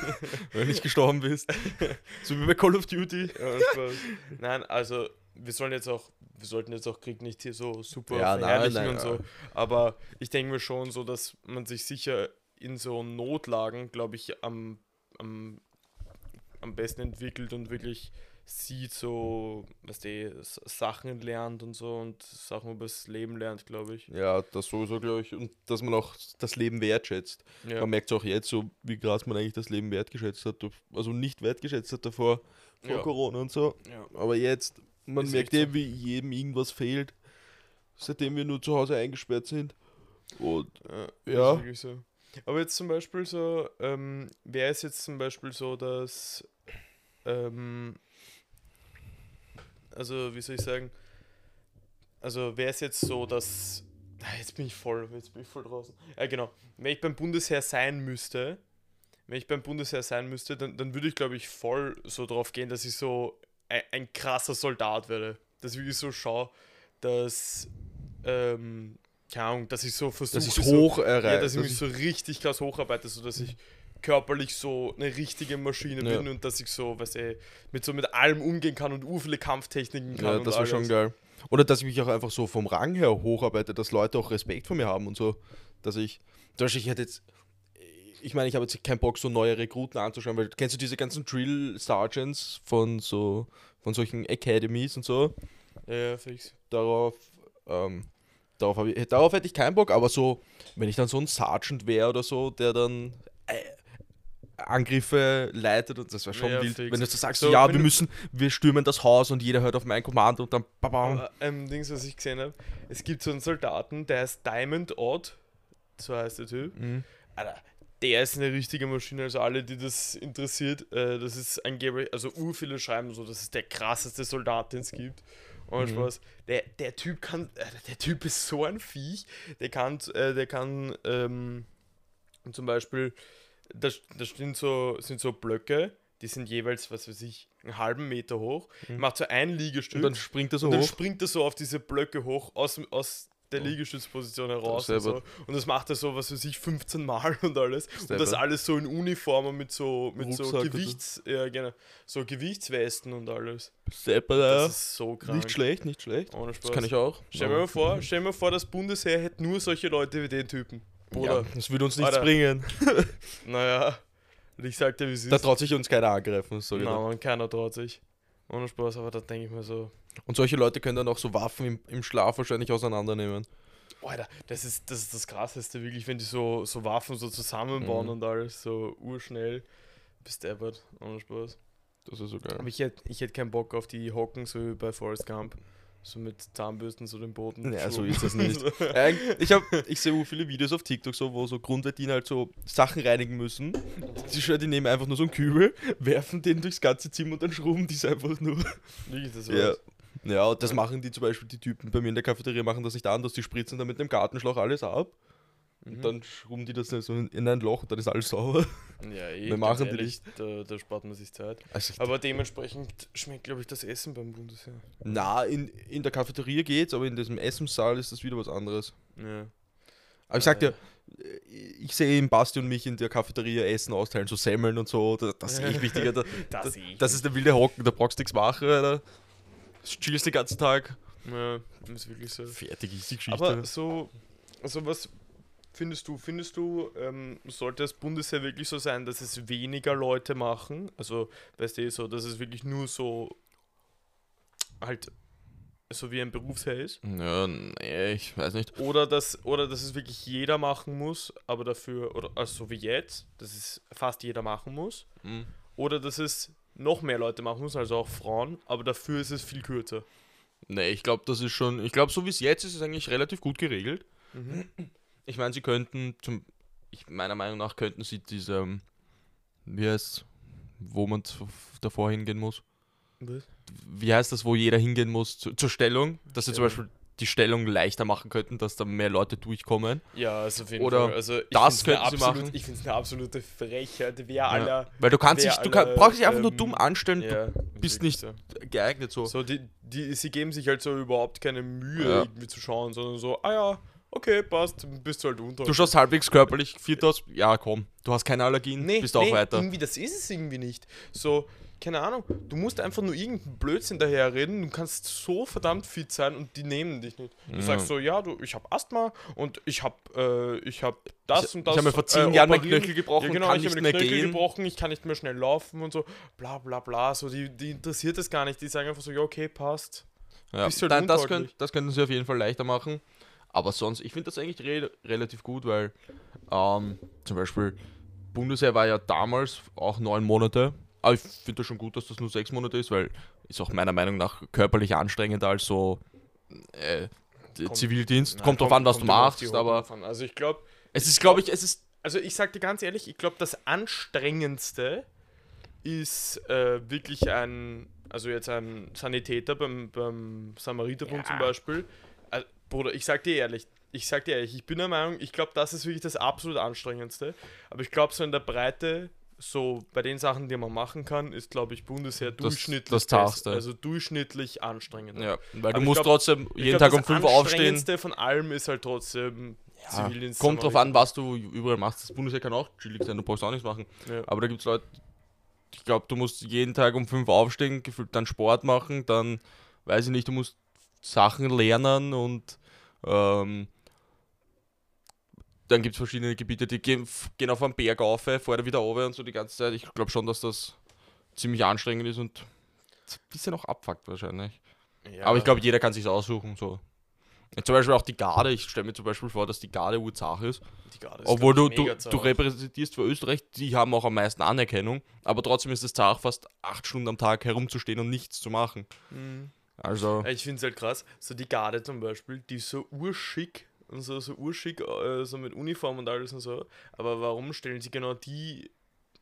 [SPEAKER 1] Wenn du nicht gestorben bist. so wie bei Call of Duty.
[SPEAKER 2] ja, Spaß. nein, also wir sollen jetzt auch, wir sollten jetzt auch Krieg nicht hier so super
[SPEAKER 1] Ja, nein,
[SPEAKER 2] verherrlichen
[SPEAKER 1] nein,
[SPEAKER 2] und so.
[SPEAKER 1] ja.
[SPEAKER 2] Aber ich denke mir schon so, dass man sich sicher in so Notlagen, glaube ich, am, am, am besten entwickelt und wirklich sieht so, was die Sachen lernt und so und Sachen über das Leben lernt, glaube ich.
[SPEAKER 1] Ja, das sowieso, glaube ich. Und dass man auch das Leben wertschätzt.
[SPEAKER 2] Ja.
[SPEAKER 1] Man merkt es auch jetzt, so wie krass man eigentlich das Leben wertgeschätzt hat. Also nicht wertgeschätzt hat davor, vor
[SPEAKER 2] Ja.
[SPEAKER 1] Corona und so.
[SPEAKER 2] ja.
[SPEAKER 1] Aber jetzt, man
[SPEAKER 2] Ist
[SPEAKER 1] merkt
[SPEAKER 2] echt so.
[SPEAKER 1] eben, wie jedem irgendwas fehlt, seitdem wir nur zu Hause eingesperrt sind. Und
[SPEAKER 2] Ja.
[SPEAKER 1] Ja.
[SPEAKER 2] Äh, Ist wirklich so. Aber jetzt zum Beispiel so, ähm, wäre es jetzt zum Beispiel so, dass, ähm, also wie soll ich sagen, also wäre es jetzt so, dass, Ah, jetzt bin ich voll, jetzt bin ich voll draußen. Ja genau, wenn ich beim Bundesheer sein müsste, wenn ich beim Bundesheer sein müsste, dann, dann würde ich glaube ich voll so drauf gehen, dass ich so ein, ein krasser Soldat werde. Dass ich wirklich so schaue, dass, ähm, keine Ahnung, dass ich so versuche,
[SPEAKER 1] das ist
[SPEAKER 2] so,
[SPEAKER 1] hoch erreicht.
[SPEAKER 2] ja, dass ich
[SPEAKER 1] das
[SPEAKER 2] mich so richtig krass hocharbeite, so dass ich körperlich so eine richtige Maschine
[SPEAKER 1] Ja.
[SPEAKER 2] bin und dass ich so, weißt du, mit so mit allem umgehen kann und ur viele Kampftechniken kann.
[SPEAKER 1] ja,
[SPEAKER 2] und
[SPEAKER 1] das war schon
[SPEAKER 2] alles.
[SPEAKER 1] geil. Oder dass ich mich auch einfach so vom Rang her hocharbeite, dass Leute auch Respekt vor mir haben und so. Dass ich, zum Beispiel, ich hätte jetzt, ich meine, ich habe jetzt keinen Bock, so neue Rekruten anzuschauen, weil kennst du diese ganzen Drill Sergeants von so, von solchen Academies und so?
[SPEAKER 2] Ja, ja, fix.
[SPEAKER 1] darauf, ähm, darauf, hab ich, darauf hätte ich keinen Bock, aber so, wenn ich dann so ein Sergeant wäre oder so, der dann äh, Angriffe leitet und das wäre schon
[SPEAKER 2] Ja,
[SPEAKER 1] wild.
[SPEAKER 2] fix.
[SPEAKER 1] Wenn du so sagst,
[SPEAKER 2] So,
[SPEAKER 1] ja,
[SPEAKER 2] wenn
[SPEAKER 1] wir
[SPEAKER 2] du-
[SPEAKER 1] müssen, wir stürmen das Haus und jeder hört auf mein Kommando und dann babam.
[SPEAKER 2] Aber, ähm, Dings, was ich gesehen habe, es gibt so einen Soldaten, der heißt Diamond Odd, so heißt der Typ.
[SPEAKER 1] Mhm.
[SPEAKER 2] Alter, der ist eine richtige Maschine, also alle, die das interessiert, äh, das ist angeblich, also ur viele schreiben so, das ist der krasseste Soldat, den es gibt. Und
[SPEAKER 1] Mhm.
[SPEAKER 2] Spaß. Der, der Typ kann, Alter, der Typ ist so ein Viech, der kann, äh, der kann, ähm, zum Beispiel, da, da stehen so, sind so Blöcke, die sind jeweils, was weiß ich, einen halben Meter hoch, macht so ein Liegestütz
[SPEAKER 1] Mhm. Und dann springt er so
[SPEAKER 2] und dann
[SPEAKER 1] hoch.
[SPEAKER 2] springt er so auf diese Blöcke hoch aus, dem- aus der
[SPEAKER 1] Ja.
[SPEAKER 2] Liegestützposition heraus.
[SPEAKER 1] Sehr
[SPEAKER 2] Und, so.
[SPEAKER 1] gut.
[SPEAKER 2] und das macht er so, was weiß ich, 15 Mal und alles.
[SPEAKER 1] Sehr
[SPEAKER 2] Und das
[SPEAKER 1] gut.
[SPEAKER 2] alles so in Uniform und mit so, mit so,
[SPEAKER 1] Rucksack und so.
[SPEAKER 2] Gewichts, ja, genau, so Gewichtswesten und alles. Das
[SPEAKER 1] Seppala.
[SPEAKER 2] ist so krank.
[SPEAKER 1] äh, Nicht schlecht, nicht schlecht.
[SPEAKER 2] Ohne Spaß.
[SPEAKER 1] Das kann ich auch. Mhm.
[SPEAKER 2] Stell dir mal vor, stell dir mal vor, das Bundesheer hätte nur solche Leute wie den Typen.
[SPEAKER 1] Bruder.
[SPEAKER 2] Bruder,
[SPEAKER 1] Ja, das würde uns nichts
[SPEAKER 2] Alter.
[SPEAKER 1] bringen.
[SPEAKER 2] naja, ich sag dir, wie es
[SPEAKER 1] Da
[SPEAKER 2] ist.
[SPEAKER 1] traut sich uns keiner angreifen. So
[SPEAKER 2] Na,
[SPEAKER 1] gedacht.
[SPEAKER 2] man, keiner traut sich. Ohne Spaß, aber da denke ich mir so,
[SPEAKER 1] und solche Leute können dann auch so Waffen im, im Schlaf wahrscheinlich auseinandernehmen.
[SPEAKER 2] Alter, das ist das, ist das Krasseste, wirklich, wenn die so, so Waffen so zusammenbauen
[SPEAKER 1] Mhm.
[SPEAKER 2] und alles so urschnell. Bist deppert, ohne Spaß.
[SPEAKER 1] Das ist so geil.
[SPEAKER 2] Aber ich hätte ich hätt keinen Bock auf die Hocken, so wie bei Forrest Gump. So mit Zahnbürsten so den Boden.
[SPEAKER 1] Naja, so
[SPEAKER 2] geschoben.
[SPEAKER 1] ist es nicht. Eig- Also, äh, Ich, hab, ich sehe so viele Videos auf TikTok, so, wo so Grundwärtiner halt so Sachen reinigen müssen. Die, schwör, die nehmen einfach nur so einen Kübel, werfen den durchs ganze Zimmer und dann schrubben die es einfach nur.
[SPEAKER 2] Wie ist das
[SPEAKER 1] Ja.
[SPEAKER 2] was?
[SPEAKER 1] Ja, und das machen die zum Beispiel, die Typen bei mir in der Cafeteria machen das nicht anders, die spritzen dann mit einem Gartenschlauch alles ab. Und
[SPEAKER 2] Mhm.
[SPEAKER 1] dann schrubben die das so in in ein Loch und dann ist alles sauber.
[SPEAKER 2] Ja, eh,
[SPEAKER 1] Wir
[SPEAKER 2] ganz
[SPEAKER 1] machen die
[SPEAKER 2] Da, da spart man sich Zeit.
[SPEAKER 1] Also,
[SPEAKER 2] Aber dementsprechend schmeckt, glaube ich, das Essen beim Bundesheer.
[SPEAKER 1] na, in, in der Cafeteria geht's, aber in diesem Essenssaal ist das wieder was anderes.
[SPEAKER 2] Ja.
[SPEAKER 1] Aber ich sag dir, äh, ich sehe eben Basti und mich in der Cafeteria Essen austeilen, so Semmeln und so, das, das sehe ich wichtiger. Da,
[SPEAKER 2] Das eh.
[SPEAKER 1] da,
[SPEAKER 2] sehe ich
[SPEAKER 1] das ist der wilde Hocken, da brauchst du nichts machen, Alter. Chillst den ganzen Tag.
[SPEAKER 2] Ja, ist wirklich so.
[SPEAKER 1] Fertig ist die Geschichte.
[SPEAKER 2] Aber so, also was findest du? Findest du, ähm, sollte das Bundesheer wirklich so sein, dass es weniger Leute machen? Also, weißt du, eh so, dass es wirklich nur so halt so wie ein Berufsheer ist?
[SPEAKER 1] ja, nee, ich weiß nicht.
[SPEAKER 2] Oder dass, oder dass es wirklich jeder machen muss, aber dafür, oder also so wie jetzt, dass es fast jeder machen muss.
[SPEAKER 1] Hm.
[SPEAKER 2] Oder dass es noch mehr Leute machen müssen, also auch Frauen, aber dafür ist es viel kürzer.
[SPEAKER 1] Nee, ich glaube, das ist schon. Ich glaube, so wie es jetzt ist, ist es eigentlich relativ gut geregelt. Ich meine, sie könnten zum. Ich, meiner Meinung nach könnten sie diese. ähm, Wie heißt wo man z- davor hingehen muss?
[SPEAKER 2] Was?
[SPEAKER 1] Wie heißt das, wo jeder hingehen muss zu, zur Stellung? Dass sie zum
[SPEAKER 2] Stellung.
[SPEAKER 1] Beispiel die Stellung leichter machen könnten, dass da mehr Leute durchkommen.
[SPEAKER 2] Ja, also auf jeden
[SPEAKER 1] Oder
[SPEAKER 2] Fall. Also ich
[SPEAKER 1] das
[SPEAKER 2] find's eine
[SPEAKER 1] könnten sie
[SPEAKER 2] absolut-
[SPEAKER 1] machen.
[SPEAKER 2] Ich finde es eine absolute Frechheit, wer
[SPEAKER 1] Ja.
[SPEAKER 2] aller.
[SPEAKER 1] Weil du kannst
[SPEAKER 2] wer
[SPEAKER 1] dich, du kann,
[SPEAKER 2] alle,
[SPEAKER 1] brauchst dich einfach nur
[SPEAKER 2] ähm,
[SPEAKER 1] dumm anstellen,
[SPEAKER 2] Ja,
[SPEAKER 1] bist
[SPEAKER 2] wirklich
[SPEAKER 1] nicht
[SPEAKER 2] So,
[SPEAKER 1] du geeignet so.
[SPEAKER 2] so die, die, sie geben sich halt so überhaupt keine Mühe,
[SPEAKER 1] Ja.
[SPEAKER 2] irgendwie zu schauen, sondern so, ah ja, okay, passt, bist du halt unter.
[SPEAKER 1] Du schaust halbwegs körperlich fit aus, ja komm, du hast keine Allergien, bist auch weiter.
[SPEAKER 2] Irgendwie, das ist es irgendwie nicht. So, keine Ahnung, du musst einfach nur irgendeinen Blödsinn daherreden, du kannst so verdammt fit sein und die nehmen dich nicht. Du
[SPEAKER 1] Ja.
[SPEAKER 2] sagst so, ja, du, ich habe Asthma und ich habe äh, ich hab das
[SPEAKER 1] Ich-
[SPEAKER 2] und
[SPEAKER 1] ich
[SPEAKER 2] das. äh,
[SPEAKER 1] hab mir vor zehn Jahren meinen
[SPEAKER 2] operieren.
[SPEAKER 1] Knöchel gebrochen
[SPEAKER 2] ja,
[SPEAKER 1] und
[SPEAKER 2] genau,
[SPEAKER 1] kann
[SPEAKER 2] ich hab
[SPEAKER 1] nicht
[SPEAKER 2] mir
[SPEAKER 1] mehr
[SPEAKER 2] den Knöchel
[SPEAKER 1] gehen.
[SPEAKER 2] gebrochen, ich kann nicht mehr schnell laufen und so, bla bla bla. So, die, die interessiert das gar nicht, die sagen einfach so, ja, okay, passt.
[SPEAKER 1] Ja,
[SPEAKER 2] Bist halt
[SPEAKER 1] nein, das,
[SPEAKER 2] untauglich.
[SPEAKER 1] könnt, das könnten sie auf jeden Fall leichter machen. Aber sonst, ich finde das eigentlich re relativ gut, weil ähm, zum Beispiel Bundesheer war ja damals auch neun Monate. Aber ich finde das schon gut, dass das nur sechs Monate ist, weil ist auch meiner Meinung nach körperlich anstrengender als so äh, d-
[SPEAKER 2] Kommt-
[SPEAKER 1] Zivildienst.
[SPEAKER 2] Nein,
[SPEAKER 1] kommt drauf an, was du
[SPEAKER 2] kommt immer auf die
[SPEAKER 1] machst,
[SPEAKER 2] Haut
[SPEAKER 1] aber
[SPEAKER 2] drauf an. Also, ich glaube,
[SPEAKER 1] es ist, glaube ich, es ist
[SPEAKER 2] Also ich sag dir ganz ehrlich, ich glaube, das Anstrengendste ist äh, wirklich ein, also jetzt ein Sanitäter beim, beim Samariterbund zum Beispiel. Also, Bruder, ich sag dir ehrlich, ich sag dir ehrlich, ich bin der Meinung, ich glaube, das ist wirklich das absolut Anstrengendste. Aber ich glaube, so in der Breite, so bei den Sachen, die man machen kann, ist, glaube ich, Bundesheer durchschnittlich
[SPEAKER 1] das
[SPEAKER 2] best-
[SPEAKER 1] Taskste.
[SPEAKER 2] Also durchschnittlich anstrengend.
[SPEAKER 1] Ja, weil
[SPEAKER 2] Aber
[SPEAKER 1] du
[SPEAKER 2] ich
[SPEAKER 1] musst
[SPEAKER 2] glaub-
[SPEAKER 1] trotzdem
[SPEAKER 2] Ich
[SPEAKER 1] jeden
[SPEAKER 2] glaub,
[SPEAKER 1] Tag
[SPEAKER 2] das
[SPEAKER 1] um 5 Uhr aufstehen.
[SPEAKER 2] Anstrengendste von allem ist halt trotzdem
[SPEAKER 1] Ja,
[SPEAKER 2] Zivildienst.
[SPEAKER 1] kommt drauf an, was du überall machst. Das Bundesheer kann auch chillig sein, du brauchst auch nichts machen.
[SPEAKER 2] Ja.
[SPEAKER 1] Aber da gibt es Leute, ich glaube, du musst jeden Tag um 5 aufstehen, gefühlt dann Sport machen, dann, weiß ich nicht, du musst Sachen lernen und ähm, dann gibt es verschiedene Gebiete, die gehen, f- gehen auf einen Berg auf, fahren wieder runter und so die ganze Zeit. Ich glaube schon, dass das ziemlich anstrengend ist und ein bisschen auch abfuckt wahrscheinlich.
[SPEAKER 2] Ja.
[SPEAKER 1] Aber ich glaube, jeder kann sich aussuchen. So. Zum Beispiel auch die Garde. Ich stelle mir zum Beispiel vor, dass die Garde urzach ist.
[SPEAKER 2] Die Garde ist,
[SPEAKER 1] Obwohl du, du,
[SPEAKER 2] glaub ich, mega
[SPEAKER 1] du
[SPEAKER 2] zart.
[SPEAKER 1] repräsentierst für Österreich, die haben auch am meisten Anerkennung. Aber trotzdem ist es zach, fast acht Stunden am Tag herumzustehen und nichts zu machen.
[SPEAKER 2] Mhm.
[SPEAKER 1] Also,
[SPEAKER 2] Ja, Ich finde es halt krass, so die Garde zum Beispiel, die ist so urschick und so, so urschick, äh, so mit Uniform und alles und so, aber warum stellen sie genau die,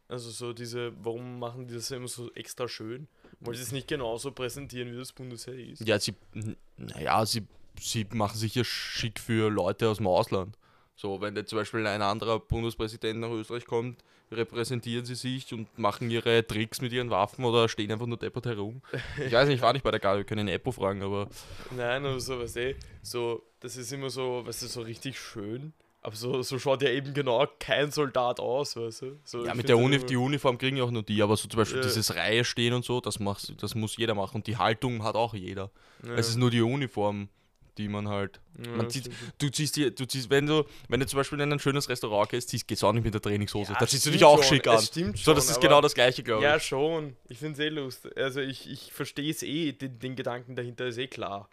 [SPEAKER 2] also so diese, warum machen die das immer so extra schön? Wollen sie es nicht genauso präsentieren, wie das Bundesheer ist?
[SPEAKER 1] ja, sie, n- naja, sie, sie machen sich ja schick für Leute aus dem Ausland. So, wenn jetzt zum Beispiel ein anderer Bundespräsident nach Österreich kommt, repräsentieren sie sich und machen ihre Tricks mit ihren Waffen oder stehen einfach nur deppert herum. Ich weiß nicht, ich war nicht bei der Garde, wir können den Eppo fragen, aber
[SPEAKER 2] Nein, oder so, weißt du, eh, so, das ist immer so, weißt du, so richtig schön, aber so, so schaut ja eben genau kein Soldat aus, weißt du? So,
[SPEAKER 1] Ja,
[SPEAKER 2] ich
[SPEAKER 1] mit
[SPEAKER 2] find
[SPEAKER 1] der
[SPEAKER 2] das
[SPEAKER 1] Uni,
[SPEAKER 2] immer-
[SPEAKER 1] die Uniform kriegen ja auch nur die, aber so zum Beispiel
[SPEAKER 2] Ja.
[SPEAKER 1] dieses Reihe stehen und so, das, machst, das muss jeder machen. Und die Haltung hat auch jeder.
[SPEAKER 2] Ja.
[SPEAKER 1] Es ist nur die Uniform, die man halt.
[SPEAKER 2] Ja,
[SPEAKER 1] man zieht, du ziehst dir, du ziehst, wenn du, wenn du zum Beispiel in ein schönes Restaurant gehst, ziehst, gehst du auch nicht mit der Trainingshose.
[SPEAKER 2] Ja,
[SPEAKER 1] da ziehst du dich
[SPEAKER 2] stimmt
[SPEAKER 1] auch
[SPEAKER 2] schon,
[SPEAKER 1] schick
[SPEAKER 2] es
[SPEAKER 1] an.
[SPEAKER 2] stimmt
[SPEAKER 1] so, das
[SPEAKER 2] schon,
[SPEAKER 1] ist
[SPEAKER 2] aber-
[SPEAKER 1] genau das gleiche, glaube
[SPEAKER 2] Ja,
[SPEAKER 1] ich.
[SPEAKER 2] schon. Ich finde es eh lustig. Also ich, ich verstehe es eh, den, den Gedanken dahinter ist eh klar.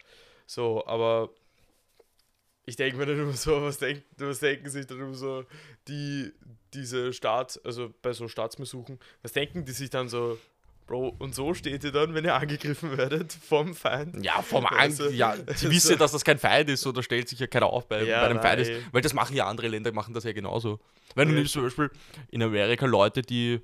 [SPEAKER 2] So, aber ich denke mir dann immer so, was, denk, was denken sich dann immer so die, diese Staats, also bei so Staatsbesuchen, was denken die sich dann so, Bro, und so steht ihr dann, wenn ihr angegriffen werdet vom Feind.
[SPEAKER 1] Ja, vom
[SPEAKER 2] Also,
[SPEAKER 1] Angst. Ja,
[SPEAKER 2] also-
[SPEAKER 1] die wissen ja, dass das kein Feind ist, oder stellt sich ja keiner auf bei,
[SPEAKER 2] Ja,
[SPEAKER 1] bei einem Feind.
[SPEAKER 2] nein,
[SPEAKER 1] Ist,
[SPEAKER 2] eh.
[SPEAKER 1] weil das machen ja andere Länder, machen das ja genauso. Wenn du
[SPEAKER 2] Ja.
[SPEAKER 1] nimmst zum Beispiel in Amerika Leute, die,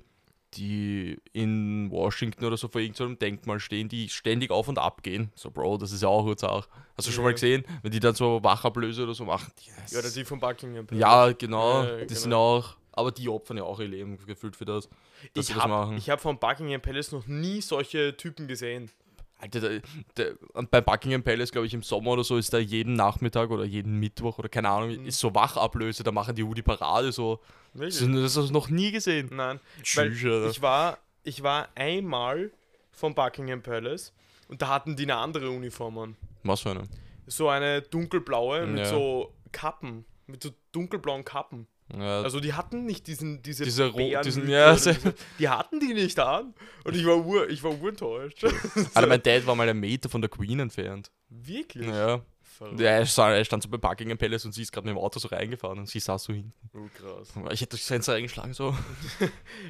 [SPEAKER 1] die in Washington oder so vor irgendeinem Denkmal stehen, die ständig auf und ab gehen. So, Bro, das ist ja auch Ursache. Hast du schon
[SPEAKER 2] Ja.
[SPEAKER 1] mal gesehen, wenn die dann so Wachablöse oder so machen? Die-
[SPEAKER 2] Ja, oder die vom Buckingham Palace.
[SPEAKER 1] ja, genau.
[SPEAKER 2] Ja,
[SPEAKER 1] die
[SPEAKER 2] genau.
[SPEAKER 1] sind auch. Aber die opfern ja auch ihr Leben gefühlt für das. Dass sie
[SPEAKER 2] ich
[SPEAKER 1] das
[SPEAKER 2] habe
[SPEAKER 1] machen.
[SPEAKER 2] hab vom Buckingham Palace noch nie solche Typen gesehen.
[SPEAKER 1] Alter, der, der, und beim Buckingham Palace, glaube ich, im Sommer oder so, ist da jeden Nachmittag oder jeden Mittwoch oder keine Ahnung,
[SPEAKER 2] Mhm.
[SPEAKER 1] ist so Wachablöse, da machen die U die Parade so. Das,
[SPEAKER 2] Wirklich?
[SPEAKER 1] das hast du noch nie gesehen.
[SPEAKER 2] Nein. Weil
[SPEAKER 1] Tschüss, Alter.
[SPEAKER 2] ich war, ich war einmal vom Buckingham Palace und da hatten die eine andere Uniform an.
[SPEAKER 1] Was für eine?
[SPEAKER 2] So eine dunkelblaue mit
[SPEAKER 1] Ja.
[SPEAKER 2] so Kappen. Mit so dunkelblauen Kappen.
[SPEAKER 1] Ja,
[SPEAKER 2] Also die hatten nicht diesen, diese,
[SPEAKER 1] Diese Ro-
[SPEAKER 2] Bärenhüte
[SPEAKER 1] diesen-
[SPEAKER 2] oder
[SPEAKER 1] ja,
[SPEAKER 2] diese, die hatten die nicht an. Und ich war ur, ich war urenttäuscht.
[SPEAKER 1] Alter, mein Dad war mal einen Meter von der Queen entfernt.
[SPEAKER 2] Wirklich?
[SPEAKER 1] Ja.
[SPEAKER 2] Verrückt.
[SPEAKER 1] ja er, stand, er stand so beim Buckingham Palace und sie ist gerade mit dem Auto so reingefahren und sie saß so hin.
[SPEAKER 2] Oh, krass.
[SPEAKER 1] Ich hätte das Fenster eingeschlagen, so.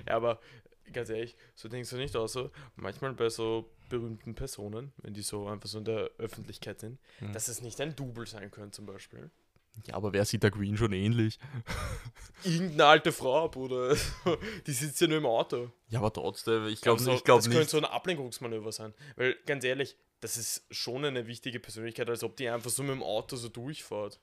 [SPEAKER 2] Ja, aber ganz ehrlich, so denkst du nicht aus. So. Manchmal bei so berühmten Personen, wenn die so einfach so in der Öffentlichkeit sind,
[SPEAKER 1] Mhm.
[SPEAKER 2] dass es nicht ein Double sein können zum Beispiel.
[SPEAKER 1] Ja, aber wer sieht der Queen schon ähnlich?
[SPEAKER 2] Irgendeine alte Frau, Bruder. Die sitzt ja nur im Auto.
[SPEAKER 1] Ja, aber trotzdem, ich glaube
[SPEAKER 2] Also,
[SPEAKER 1] ich glaub
[SPEAKER 2] das könnte
[SPEAKER 1] nicht.
[SPEAKER 2] so ein Ablenkungsmanöver sein. Weil, ganz ehrlich, das ist schon eine wichtige Persönlichkeit, als ob die einfach so mit dem Auto so durchfährt.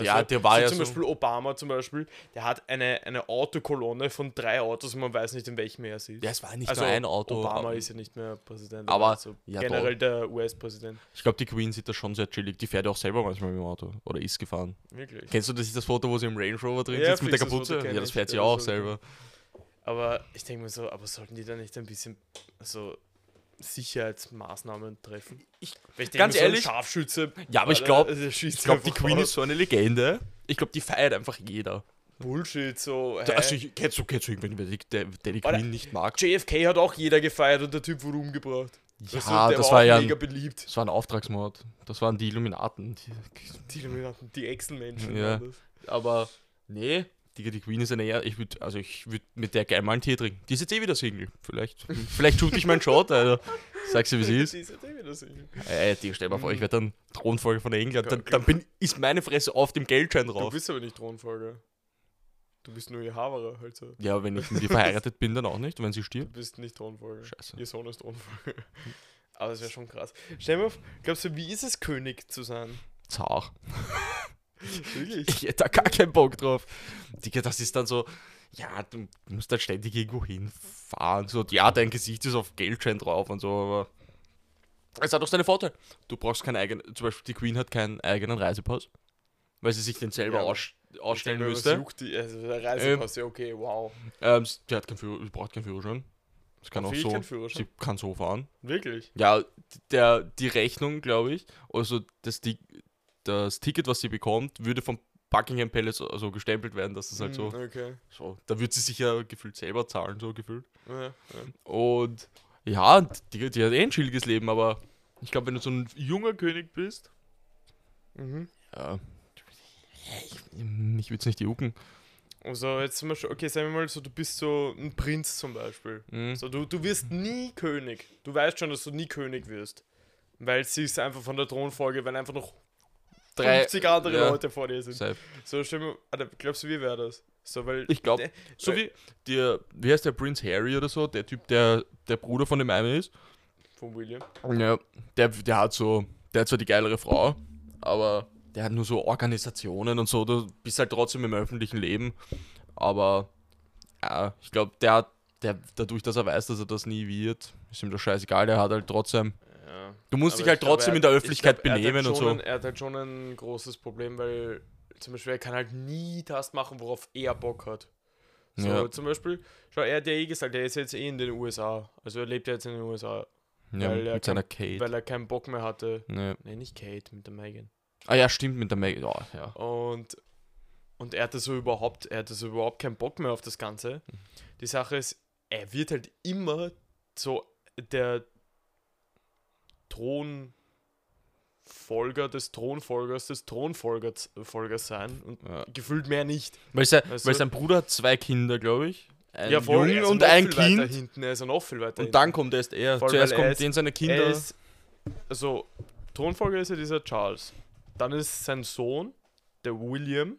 [SPEAKER 1] Ja, der war
[SPEAKER 2] so
[SPEAKER 1] ja
[SPEAKER 2] Zum
[SPEAKER 1] so-
[SPEAKER 2] Beispiel Obama zum Beispiel, der hat eine, eine Autokolonne von drei Autos und man weiß nicht, in welchem er ist.
[SPEAKER 1] Ja, es war nicht nur ein Auto.
[SPEAKER 2] Also, Obama
[SPEAKER 1] aber-
[SPEAKER 2] ist ja nicht mehr Präsident.
[SPEAKER 1] aber-
[SPEAKER 2] also
[SPEAKER 1] ja,
[SPEAKER 2] generell der US-Präsident.
[SPEAKER 1] Ich glaube, die Queen sieht das schon sehr chillig. Die fährt ja auch selber manchmal mit dem Auto. Oder ist gefahren.
[SPEAKER 2] Wirklich.
[SPEAKER 1] Kennst du das, das Foto, wo sie im Range Rover drin
[SPEAKER 2] Ja,
[SPEAKER 1] sitzt mit der
[SPEAKER 2] fix, das Foto
[SPEAKER 1] Kapuze?
[SPEAKER 2] kenn
[SPEAKER 1] Ja, das
[SPEAKER 2] ich.
[SPEAKER 1] fährt sie
[SPEAKER 2] Ja,
[SPEAKER 1] auch
[SPEAKER 2] das Foto
[SPEAKER 1] selber.
[SPEAKER 2] Aber ich denke mir so, aber sollten die da nicht ein bisschen so Sicherheitsmaßnahmen treffen?
[SPEAKER 1] Ich-
[SPEAKER 2] Weil ich denk
[SPEAKER 1] ganz
[SPEAKER 2] mir so, ein
[SPEAKER 1] ehrlich-
[SPEAKER 2] Scharfschütze.
[SPEAKER 1] Ja, aber ich
[SPEAKER 2] Alter,
[SPEAKER 1] glaube,
[SPEAKER 2] der schießt
[SPEAKER 1] ich glaube, die
[SPEAKER 2] einfach
[SPEAKER 1] Queen
[SPEAKER 2] ab.
[SPEAKER 1] ist so eine Legende. Ich glaube, die feiert einfach jeder.
[SPEAKER 2] Bullshit, so. hä?
[SPEAKER 1] Also, ich, kennst, du, kennst du irgendwen, der, die- der, der die
[SPEAKER 2] äh, Oder-
[SPEAKER 1] Queen nicht mag?
[SPEAKER 2] JFK hat auch jeder gefeiert und der Typ wurde umgebracht. Weißt du,
[SPEAKER 1] Ja,
[SPEAKER 2] der
[SPEAKER 1] das
[SPEAKER 2] auch
[SPEAKER 1] war ja
[SPEAKER 2] mega
[SPEAKER 1] ein,
[SPEAKER 2] beliebt.
[SPEAKER 1] das war ein Auftragsmord. Das waren die Illuminaten. Die,
[SPEAKER 2] Die Illuminaten, die Echsenmenschen.
[SPEAKER 1] Ja.
[SPEAKER 2] waren das.
[SPEAKER 1] aber, nee. Digga, die Queen ist eine eher. Ich würd, also, ich würde mit der gerne mal einen Tee trinken. Die ist jetzt eh wieder Single. Vielleicht, vielleicht shoot ich meinen Shot, Alter. Sag's dir, wie sie ist.
[SPEAKER 2] Die ist ja eh wieder Single.
[SPEAKER 1] Ey, Äh, Digga, stell dir mal vor,
[SPEAKER 2] Mhm.
[SPEAKER 1] ich werde dann Thronfolger von England. Dann,
[SPEAKER 2] Ja,
[SPEAKER 1] dann bin, ist meine Fresse auf dem Geldschein
[SPEAKER 2] Genau. Du
[SPEAKER 1] drauf.
[SPEAKER 2] bist aber nicht Thronfolger. Du bist nur ihr Haverer, halt so.
[SPEAKER 1] Ja, wenn ich mit ihr verheiratet bin, dann auch nicht, wenn sie
[SPEAKER 2] Du
[SPEAKER 1] stirbt.
[SPEAKER 2] bist nicht Thronfolger.
[SPEAKER 1] Scheiße.
[SPEAKER 2] Ihr Sohn ist Thronfolger. Aber das wäre schon krass. Stell mir auf, glaubst du, wie ist es, König zu sein?
[SPEAKER 1] Zach.
[SPEAKER 2] Wirklich?
[SPEAKER 1] Ich hätte da gar keinen Bock drauf. Digga, das ist dann so, ja, du musst dann ständig irgendwo hinfahren. So, ja, dein Gesicht ist auf Geldschein drauf und so, aber. Es hat auch seine Vorteile. Du brauchst keinen eigenen, zum Beispiel die Queen hat keinen eigenen Reisepass, weil sie sich den selber
[SPEAKER 2] Ja, aber
[SPEAKER 1] aus, ausstellen
[SPEAKER 2] Stell mir, was
[SPEAKER 1] müsste.
[SPEAKER 2] juckt die? Also, der Reisepass, ja, okay, wow.
[SPEAKER 1] Ähm, sie die hat keinen Führer, sie braucht keinen Führerschein. Das kann
[SPEAKER 2] Auf
[SPEAKER 1] auch
[SPEAKER 2] jeden
[SPEAKER 1] so.
[SPEAKER 2] Fall Führerschein.
[SPEAKER 1] Sie kann so fahren.
[SPEAKER 2] Wirklich?
[SPEAKER 1] Ja, d- der, die Rechnung, glaube ich, also das, Ti- das Ticket, was sie bekommt, würde vom Buckingham Palace also gestempelt werden, dass es halt
[SPEAKER 2] Hm,
[SPEAKER 1] so,
[SPEAKER 2] Okay.
[SPEAKER 1] so. Da wird sie sich ja gefühlt selber zahlen, so gefühlt.
[SPEAKER 2] Ja, ja.
[SPEAKER 1] Und ja, die, die hat eh ein chilliges Leben, aber ich glaube, wenn du so ein junger König bist,
[SPEAKER 2] Mhm.
[SPEAKER 1] ja, ich, mich würde es nicht jucken.
[SPEAKER 2] Also jetzt zum Beispiel, okay, sagen wir mal so, du bist so ein Prinz zum Beispiel.
[SPEAKER 1] Mhm.
[SPEAKER 2] So, du, du wirst nie König. Du weißt schon, dass du nie König wirst. Weil es ist einfach von der Thronfolge, wenn einfach noch 50 andere
[SPEAKER 1] ja,
[SPEAKER 2] Leute vor dir sind.
[SPEAKER 1] safe.
[SPEAKER 2] So, stell mir, Alter, glaubst du, wie wäre das? So, weil,
[SPEAKER 1] Ich glaube,
[SPEAKER 2] Der-
[SPEAKER 1] so wie der, wie heißt der Prince Harry oder so, der Typ, der der Bruder von dem einen ist,
[SPEAKER 2] von William.
[SPEAKER 1] Ja, der, der hat so, der hat zwar die geilere Frau, aber der hat nur so Organisationen und so, du bist halt trotzdem im öffentlichen Leben. Aber ja, ich glaube, der hat, der, dadurch, dass er weiß, dass er das nie wird, ist ihm das scheißegal, der hat halt trotzdem.
[SPEAKER 2] Ja.
[SPEAKER 1] Du musst
[SPEAKER 2] Aber
[SPEAKER 1] dich halt
[SPEAKER 2] ich glaub,
[SPEAKER 1] trotzdem
[SPEAKER 2] er-
[SPEAKER 1] in der
[SPEAKER 2] ich
[SPEAKER 1] Öffentlichkeit
[SPEAKER 2] glaub, er hat halt
[SPEAKER 1] benehmen und
[SPEAKER 2] schon
[SPEAKER 1] so.
[SPEAKER 2] Ein, er hat halt schon ein großes Problem, weil zum Beispiel er kann halt nie das machen, worauf er Bock hat. So,
[SPEAKER 1] Ja.
[SPEAKER 2] zum Beispiel, schau, er hat ja eh gesagt, er ist jetzt eh in den USA. Also er lebt ja jetzt in den USA,
[SPEAKER 1] Ja,
[SPEAKER 2] weil er
[SPEAKER 1] mit seiner Kate.
[SPEAKER 2] weil er keinen Bock mehr hatte.
[SPEAKER 1] Ja.
[SPEAKER 2] Nee, nicht Kate, mit der Megan.
[SPEAKER 1] Ah ja, stimmt, mit der Meg. Ja, ja.
[SPEAKER 2] Und, und er hatte so überhaupt, er hatte so überhaupt keinen Bock mehr auf das Ganze.
[SPEAKER 1] Mhm.
[SPEAKER 2] Die Sache ist, er wird halt immer so der Thronfolger des Thronfolgers des Thronfolgers Folgers sein und
[SPEAKER 1] Ja.
[SPEAKER 2] gefühlt mehr nicht.
[SPEAKER 1] Weil, sein,
[SPEAKER 2] Weißt
[SPEAKER 1] weil
[SPEAKER 2] du-
[SPEAKER 1] sein Bruder hat zwei Kinder, glaube ich. Ein
[SPEAKER 2] ja, voll, er
[SPEAKER 1] Junge
[SPEAKER 2] ist
[SPEAKER 1] und
[SPEAKER 2] noch
[SPEAKER 1] ein
[SPEAKER 2] viel weiter
[SPEAKER 1] Kind.
[SPEAKER 2] Hinten, er ist ja noch viel weiter
[SPEAKER 1] Und dann kommt erst er.
[SPEAKER 2] Vor allem,
[SPEAKER 1] Zuerst
[SPEAKER 2] weil er
[SPEAKER 1] kommt
[SPEAKER 2] ist-
[SPEAKER 1] den seine Kinder.
[SPEAKER 2] hinten. Er ist, also, Thronfolger ist ja dieser Charles. Dann ist sein Sohn, der William.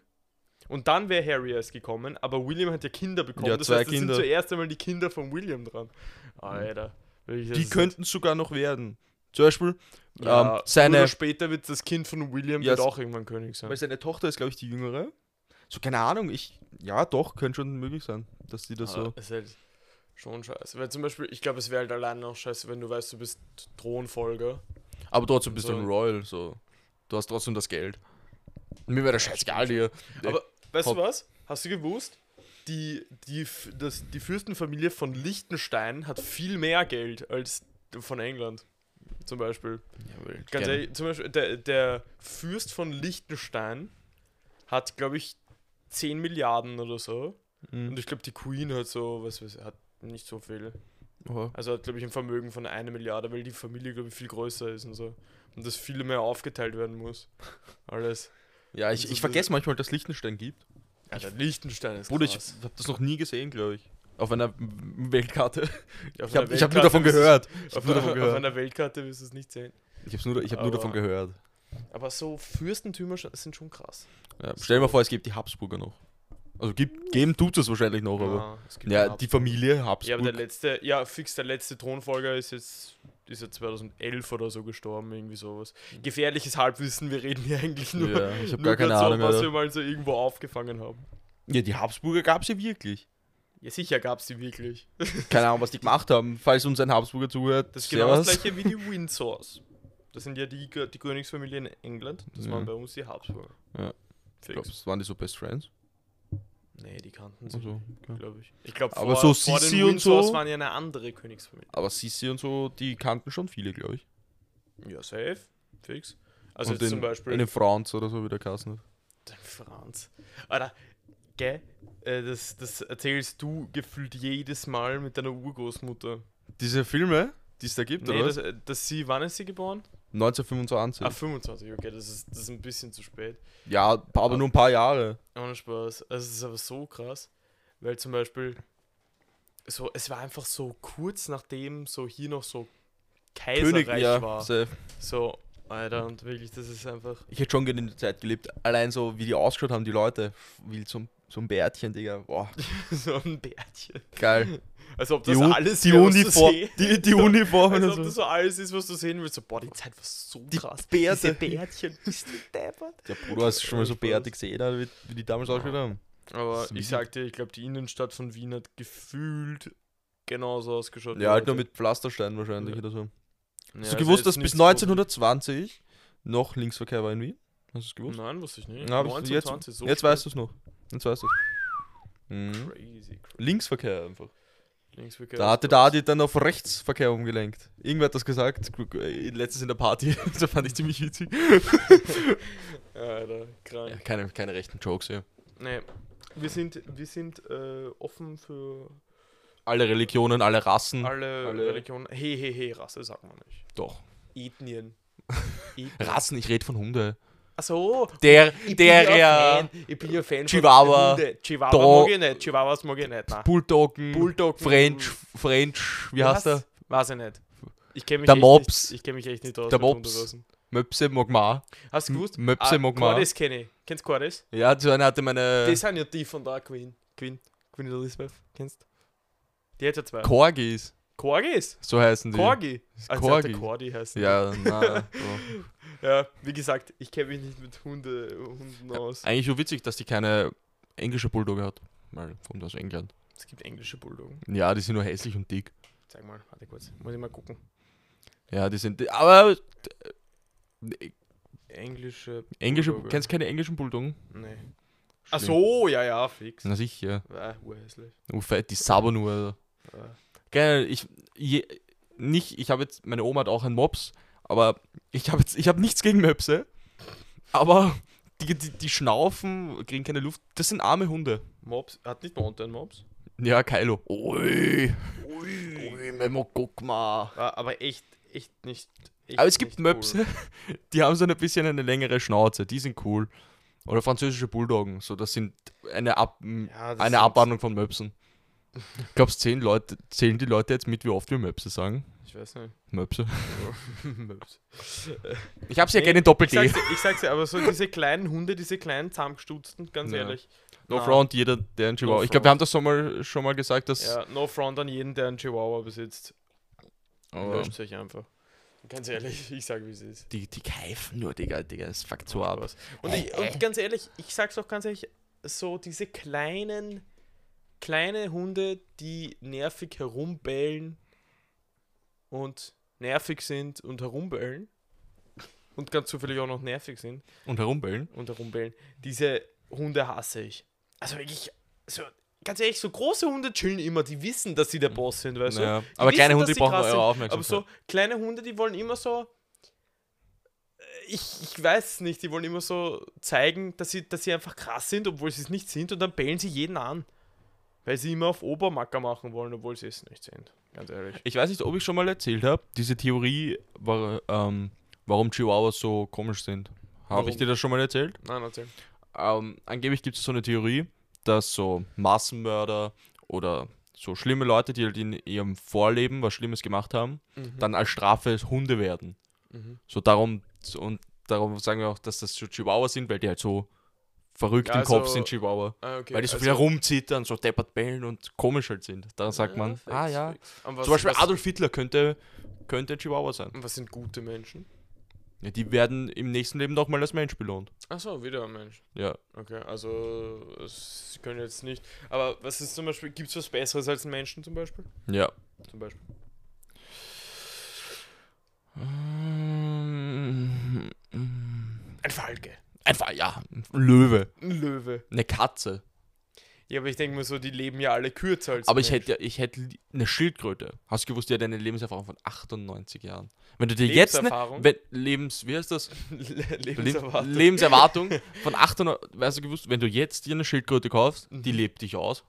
[SPEAKER 2] Und dann wäre Harry erst gekommen, aber William hat ja Kinder bekommen.
[SPEAKER 1] Ja,
[SPEAKER 2] das
[SPEAKER 1] zwei
[SPEAKER 2] heißt, es
[SPEAKER 1] Kinder.
[SPEAKER 2] sind zuerst einmal die Kinder von William dran. Alter. wirklich, das
[SPEAKER 1] die
[SPEAKER 2] ist-
[SPEAKER 1] könnten sogar noch werden. Zum Beispiel
[SPEAKER 2] Ja,
[SPEAKER 1] ähm, seine
[SPEAKER 2] Oder später wird das Kind von William
[SPEAKER 1] Ja,
[SPEAKER 2] wird
[SPEAKER 1] s-
[SPEAKER 2] auch irgendwann König sein.
[SPEAKER 1] Weil seine Tochter ist, glaube ich, die jüngere. So, keine Ahnung, ich. Ja, doch, könnte schon möglich sein, dass die das
[SPEAKER 2] Aber Ist halt schon scheiße. Weil zum Beispiel, ich glaube, es wäre halt allein noch scheiße, wenn du weißt, du bist Thronfolger.
[SPEAKER 1] so. Aber trotzdem bist du ein
[SPEAKER 2] So.
[SPEAKER 1] Royal, so. Du hast trotzdem das Geld. Mir wäre das scheißegal dir.
[SPEAKER 2] Aber weißt
[SPEAKER 1] Haupt-
[SPEAKER 2] du was? Hast du gewusst? Die, die, F- das, die Fürstenfamilie von Liechtenstein hat viel mehr Geld als die von England. Zum Beispiel. Ganz ehrlich, zum Beispiel der, der Fürst von Liechtenstein hat, glaube ich, 10 Milliarden oder so.
[SPEAKER 1] Mhm.
[SPEAKER 2] Und ich glaube, die Queen hat so, was weiß ich, hat nicht so viel.
[SPEAKER 1] Oha.
[SPEAKER 2] Also hat, glaube ich, ein Vermögen von einer Milliarde, weil die Familie, glaube ich, viel größer ist und so. Und das viel mehr aufgeteilt werden muss. Alles.
[SPEAKER 1] Ja, ich,
[SPEAKER 2] Also
[SPEAKER 1] ich
[SPEAKER 2] das-
[SPEAKER 1] vergesse manchmal, dass Liechtenstein gibt.
[SPEAKER 2] Alter, Liechtenstein ist
[SPEAKER 1] Bruder, ich
[SPEAKER 2] krass.
[SPEAKER 1] habe das noch nie gesehen, glaube ich. Auf einer M- Weltkarte.
[SPEAKER 2] Ja, auf
[SPEAKER 1] Ich habe
[SPEAKER 2] einer
[SPEAKER 1] hab nur davon
[SPEAKER 2] Weltkarte
[SPEAKER 1] gehört.
[SPEAKER 2] wirst
[SPEAKER 1] Ich
[SPEAKER 2] du-
[SPEAKER 1] habe
[SPEAKER 2] Auf,
[SPEAKER 1] nur davon
[SPEAKER 2] einer- auf
[SPEAKER 1] gehört.
[SPEAKER 2] einer Weltkarte wirst du es nicht sehen.
[SPEAKER 1] Ich habe nur, ich hab nur davon
[SPEAKER 2] Aber-
[SPEAKER 1] gehört.
[SPEAKER 2] Aber so Fürstentümer sch- sind schon krass.
[SPEAKER 1] Ja, stell dir mal vor, es gibt die Habsburger noch. Also gibt, geben tut es wahrscheinlich noch, aber.
[SPEAKER 2] Ah, es gibt
[SPEAKER 1] Genau, Ja,
[SPEAKER 2] einen
[SPEAKER 1] die
[SPEAKER 2] Habsburg.
[SPEAKER 1] Familie
[SPEAKER 2] Ja, aber
[SPEAKER 1] Habsburg.
[SPEAKER 2] der letzte, ja, fix, der letzte Thronfolger ist jetzt, ist ja 2011 oder so gestorben, irgendwie sowas.
[SPEAKER 1] Mhm.
[SPEAKER 2] Gefährliches Halbwissen, wir reden hier eigentlich nur.
[SPEAKER 1] Ja, ich habe gar
[SPEAKER 2] nur
[SPEAKER 1] keine
[SPEAKER 2] grad so,
[SPEAKER 1] Ahnung.
[SPEAKER 2] was
[SPEAKER 1] Alter.
[SPEAKER 2] wir mal so irgendwo aufgefangen haben.
[SPEAKER 1] Ja, die Habsburger gab es ja wirklich.
[SPEAKER 2] Ja, sicher gab es die wirklich.
[SPEAKER 1] Keine Ahnung, was die gemacht haben. Falls uns ein Habsburger zuhört,
[SPEAKER 2] Das ist genau das
[SPEAKER 1] servus.
[SPEAKER 2] gleiche wie die Windsors. Das sind ja die, Kö- die Königsfamilie in England. Das
[SPEAKER 1] Ja.
[SPEAKER 2] waren bei uns die Habsburger.
[SPEAKER 1] Mhm. Ja.
[SPEAKER 2] Fix.
[SPEAKER 1] Ich glaub, das waren die so Best Friends?
[SPEAKER 2] Nee, die kannten sie,
[SPEAKER 1] Also, ja.
[SPEAKER 2] glaube ich. Ich glaube,
[SPEAKER 1] Aber
[SPEAKER 2] vor,
[SPEAKER 1] so
[SPEAKER 2] vor den
[SPEAKER 1] Sissi und
[SPEAKER 2] Windsors
[SPEAKER 1] so?
[SPEAKER 2] waren ja eine andere Königsfamilie.
[SPEAKER 1] Aber Sissi und so, die kannten schon viele, glaube ich.
[SPEAKER 2] Ja, safe. Fix. Also
[SPEAKER 1] und
[SPEAKER 2] jetzt
[SPEAKER 1] den,
[SPEAKER 2] zum Beispiel
[SPEAKER 1] Den Franz oder so, wie der Kassen hat.
[SPEAKER 2] den Franz. Alter, gell? Äh, Das, das erzählst du gefühlt jedes Mal mit deiner Urgroßmutter.
[SPEAKER 1] Diese Filme, die es da gibt,
[SPEAKER 2] Nee,
[SPEAKER 1] oder?
[SPEAKER 2] dass,
[SPEAKER 1] was?
[SPEAKER 2] äh, dass sie, wann ist sie geboren?
[SPEAKER 1] 1925.
[SPEAKER 2] Ah, 25, okay, das ist, das ist ein bisschen zu spät.
[SPEAKER 1] ja, pa- aber nur ein paar Jahre.
[SPEAKER 2] Ohne Spaß. Also es ist aber so krass, weil zum Beispiel so, es war einfach so kurz nachdem so hier noch so Kaiserreich
[SPEAKER 1] König, ja.
[SPEAKER 2] war.
[SPEAKER 1] safe.
[SPEAKER 2] So, Alter, und wirklich, das ist einfach.
[SPEAKER 1] Ich hätte schon gerne in der Zeit gelebt. Allein so, wie die ausgeschaut haben, die Leute. Wie so, ein- so ein Bärtchen, Digga. Boah,
[SPEAKER 2] so ein Bärtchen.
[SPEAKER 1] geil.
[SPEAKER 2] Als ob
[SPEAKER 1] Die,
[SPEAKER 2] das
[SPEAKER 1] Un-
[SPEAKER 2] alles
[SPEAKER 1] die
[SPEAKER 2] wäre, was du
[SPEAKER 1] Uniform.
[SPEAKER 2] sehen-
[SPEAKER 1] Die, die Uniform.
[SPEAKER 2] Als
[SPEAKER 1] und
[SPEAKER 2] ob
[SPEAKER 1] so.
[SPEAKER 2] Also das so alles ist, was du sehen willst. So, boah, die Zeit war so
[SPEAKER 1] Die
[SPEAKER 2] krass.
[SPEAKER 1] Bärte.
[SPEAKER 2] Diese Bärtchen, bist du deppert?
[SPEAKER 1] Ja, Bruder, hast du schon mal so
[SPEAKER 2] Irgendwas.
[SPEAKER 1] bärtig gesehen, wie, wie die damals ausgeschaut haben?
[SPEAKER 2] Aber
[SPEAKER 1] Das ist
[SPEAKER 2] ich
[SPEAKER 1] wild.
[SPEAKER 2] sag dir, ich glaube, die Innenstadt von Wien hat gefühlt genauso ausgeschaut. wie
[SPEAKER 1] Ja, halt nur
[SPEAKER 2] heute.
[SPEAKER 1] mit Pflasterstein wahrscheinlich
[SPEAKER 2] Ja.
[SPEAKER 1] oder so.
[SPEAKER 2] Ja,
[SPEAKER 1] Hast
[SPEAKER 2] also
[SPEAKER 1] du gewusst,
[SPEAKER 2] jetzt
[SPEAKER 1] dass bis
[SPEAKER 2] nichts, wo-
[SPEAKER 1] 1920 noch Linksverkehr war in Wien? Hast du es gewusst?
[SPEAKER 2] Nein, wusste ich nicht.
[SPEAKER 1] Ja, hab ich- jetzt-
[SPEAKER 2] so
[SPEAKER 1] Jetzt weißt du es noch. Jetzt weißt du es. Mhm.
[SPEAKER 2] Crazy, crazy.
[SPEAKER 1] Linksverkehr einfach.
[SPEAKER 2] Links
[SPEAKER 1] Da hatte der Adi dann auf Rechtsverkehr umgelenkt. Irgendwer hat das gesagt. gu- gu- äh, Letztens in der Party. das fand ich ziemlich witzig.
[SPEAKER 2] Alter, krank.
[SPEAKER 1] keine, keine rechten Jokes, ja.
[SPEAKER 2] Nee. Wir sind, wir sind äh, offen für
[SPEAKER 1] Alle Religionen, alle Rassen.
[SPEAKER 2] alle,
[SPEAKER 1] Hm, Alle-
[SPEAKER 2] Religionen. He, he, he, Rasse sagt man nicht.
[SPEAKER 1] Doch.
[SPEAKER 2] Ethnien. Ethnien.
[SPEAKER 1] Rassen, ich rede von Hunde.
[SPEAKER 2] Achso,
[SPEAKER 1] Der,
[SPEAKER 2] ich bin
[SPEAKER 1] der,
[SPEAKER 2] ja
[SPEAKER 1] der,
[SPEAKER 2] Fan. Ich bin ja Fan
[SPEAKER 1] Chihuahua,
[SPEAKER 2] von Hunde. Chihuahua
[SPEAKER 1] Dog.
[SPEAKER 2] mag ich nicht. Chihuahuas mag ich nicht. Nein.
[SPEAKER 1] Bulldoggen,
[SPEAKER 2] Bulldog.
[SPEAKER 1] French,
[SPEAKER 2] Hm.
[SPEAKER 1] French, wie heißt er?
[SPEAKER 2] Weiß ich nicht. Ich kenn mich
[SPEAKER 1] Der
[SPEAKER 2] echt
[SPEAKER 1] Mops.
[SPEAKER 2] Nicht, ich kenne mich echt nicht aus.
[SPEAKER 1] Der
[SPEAKER 2] mit
[SPEAKER 1] Mops.
[SPEAKER 2] Hunderassen.
[SPEAKER 1] Möpse mag man.
[SPEAKER 2] Hast du gewusst?
[SPEAKER 1] M- Möpse mag man. Äh.
[SPEAKER 2] Cordes kenne ich. Kennst du Cordes?
[SPEAKER 1] Ja, so einer hatte meine
[SPEAKER 2] Die sind ja die von da, Queen. Queen. Queen Elizabeth, kennst Die hat ja zwei.
[SPEAKER 1] Corgis,
[SPEAKER 2] Corgis?
[SPEAKER 1] so heißen die.
[SPEAKER 2] Corgi? Also Corgi.
[SPEAKER 1] Corgi.
[SPEAKER 2] Corgi heißt die.
[SPEAKER 1] Ja, na, so.
[SPEAKER 2] ja, wie gesagt, ich kenne mich nicht mit Hunde, Hunden aus.
[SPEAKER 1] Eigentlich so witzig, dass die keine englische Bulldogge hat. Mal kommt aus England.
[SPEAKER 2] Es gibt englische Bulldoggen.
[SPEAKER 1] Ja, die sind nur hässlich und dick.
[SPEAKER 2] Zeig mal, warte kurz. Muss ich mal gucken.
[SPEAKER 1] Ja, die sind. Aber. äh,
[SPEAKER 2] Englische.
[SPEAKER 1] Englische.
[SPEAKER 2] Bulldogge.
[SPEAKER 1] Kennst du keine englischen Bulldoggen?
[SPEAKER 2] Nee. Ach so, ja, ja, fix.
[SPEAKER 1] Na sicher.
[SPEAKER 2] Ah, urhässlich.
[SPEAKER 1] Oh, fett, die sabber nur. Alter.
[SPEAKER 2] Ah.
[SPEAKER 1] Geil, ich. Je, nicht, ich habe jetzt. Meine Oma hat auch einen Mops. Aber ich habe jetzt. Ich habe nichts gegen Möpse. Aber. Die, die, die schnaufen, kriegen keine Luft. Das sind arme Hunde.
[SPEAKER 2] Mobs. Hat nicht Mountain Mobs?
[SPEAKER 1] Ja, Kylo. Ui.
[SPEAKER 2] Ui.
[SPEAKER 1] Ui, Memo, guck mal.
[SPEAKER 2] Ah, aber echt, echt nicht. Echt
[SPEAKER 1] Aber es gibt
[SPEAKER 2] nicht cool.
[SPEAKER 1] Möpse, die haben so ein bisschen eine längere Schnauze. Die sind cool. Oder französische Bulldoggen. So, das sind eine, Ab m-
[SPEAKER 2] Ja, das
[SPEAKER 1] eine
[SPEAKER 2] sind-
[SPEAKER 1] Abwandlung von Möpsen. Glaubst du, zehn Leute, zählen die Leute jetzt mit, wie oft wir Möpse sagen?
[SPEAKER 2] Ich weiß nicht.
[SPEAKER 1] Möpse.
[SPEAKER 2] Möps.
[SPEAKER 1] Ich hab's ja
[SPEAKER 2] Nee,
[SPEAKER 1] gerne doppelt
[SPEAKER 2] Ich sag's, dir- ich sag's dir, aber so diese kleinen Hunde, diese kleinen zusammengestutzten, ganz
[SPEAKER 1] Ja.
[SPEAKER 2] ehrlich.
[SPEAKER 1] No
[SPEAKER 2] Na.
[SPEAKER 1] front, jeder, der ein Chihuahua.
[SPEAKER 2] No
[SPEAKER 1] ich glaube, wir haben das schon mal, schon mal gesagt, dass.
[SPEAKER 2] Ja, no front an jeden, der einen Chihuahua besitzt.
[SPEAKER 1] aber
[SPEAKER 2] Löscht sich einfach. Ganz ehrlich, ich sag, wie es ist.
[SPEAKER 1] die, die keifen nur, Digga, Digga, es fuckt so
[SPEAKER 2] Macht
[SPEAKER 1] ab.
[SPEAKER 2] was. Und, ich, und ganz ehrlich, ich sag's auch ganz ehrlich, so diese kleinen, kleine Hunde, die nervig herumbellen und nervig sind und herumbellen und ganz zufällig auch noch nervig sind
[SPEAKER 1] Und herumbellen.
[SPEAKER 2] und herumbellen, diese Hunde hasse ich. Also wirklich, so, ganz ehrlich, so große Hunde chillen immer, die wissen, dass sie der Boss sind, weißt du?
[SPEAKER 1] Naja, aber kleine
[SPEAKER 2] wissen,
[SPEAKER 1] Hunde
[SPEAKER 2] dass
[SPEAKER 1] die
[SPEAKER 2] sie
[SPEAKER 1] brauchen
[SPEAKER 2] krass
[SPEAKER 1] eure
[SPEAKER 2] sind,
[SPEAKER 1] Aufmerksamkeit.
[SPEAKER 2] Aber so kleine Hunde, die wollen immer so. äh, Ich, ich weiß nicht, die wollen immer so zeigen, dass sie, dass sie einfach krass sind, obwohl sie es nicht sind, und dann bellen sie jeden an. Weil sie immer auf Obermacker machen wollen, obwohl sie es nicht sind. Ganz ehrlich.
[SPEAKER 1] Ich weiß nicht, ob ich schon mal erzählt habe, diese Theorie, war, ähm, warum Chihuahuas so komisch sind. Habe ich
[SPEAKER 2] Warum?
[SPEAKER 1] dir das schon mal erzählt?
[SPEAKER 2] Nein, erzähl.
[SPEAKER 1] Ähm, angeblich gibt es so eine Theorie, dass so Massenmörder oder so schlimme Leute, die halt in ihrem Vorleben was Schlimmes gemacht haben, dann als Strafe Hunde werden.
[SPEAKER 2] Mhm.
[SPEAKER 1] So darum und darum sagen wir auch, dass das so Chihuahua sind, weil die halt so verrückt
[SPEAKER 2] Ja,
[SPEAKER 1] im Kopf
[SPEAKER 2] also-
[SPEAKER 1] sind, Chihuahua.
[SPEAKER 2] Ah, okay.
[SPEAKER 1] Weil die so viel herumzittern, so deppert bellen und komisch halt sind. Daran sagt man, ah ja. Zum Beispiel
[SPEAKER 2] was,
[SPEAKER 1] Adolf Hitler könnte, könnte ein Chihuahua sein.
[SPEAKER 2] was sind gute Menschen?
[SPEAKER 1] Ja, die werden im nächsten Leben doch mal als Mensch belohnt.
[SPEAKER 2] Achso, wieder ein Mensch.
[SPEAKER 1] Ja.
[SPEAKER 2] Okay, also es- sie können jetzt nicht. Aber was ist zum Beispiel, gibt es was Besseres als einen Menschen zum Beispiel?
[SPEAKER 1] Ja.
[SPEAKER 2] Zum Beispiel. Ein Falke.
[SPEAKER 1] Mm, Einfach, ja. Ein Löwe.
[SPEAKER 2] Ein Löwe.
[SPEAKER 1] Eine Katze.
[SPEAKER 2] Ja, aber ich denke mir so, die leben ja alle kürzer als
[SPEAKER 1] Aber ich
[SPEAKER 2] Menschen.
[SPEAKER 1] hätte, ja- ich hätte li- eine Schildkröte. Hast du gewusst, die hat eine Lebenserfahrung von 98 Jahren. Wenn du dir jetzt ne- eine
[SPEAKER 2] Lebenserfahrung?
[SPEAKER 1] wenn, Lebens, wie heißt das?
[SPEAKER 2] Le-
[SPEAKER 1] Lebenserwartung.
[SPEAKER 2] Lebenserwartung.
[SPEAKER 1] Lebenserwartung von 800. Weißt du gewusst, wenn du jetzt dir eine Schildkröte kaufst, die lebt dich aus.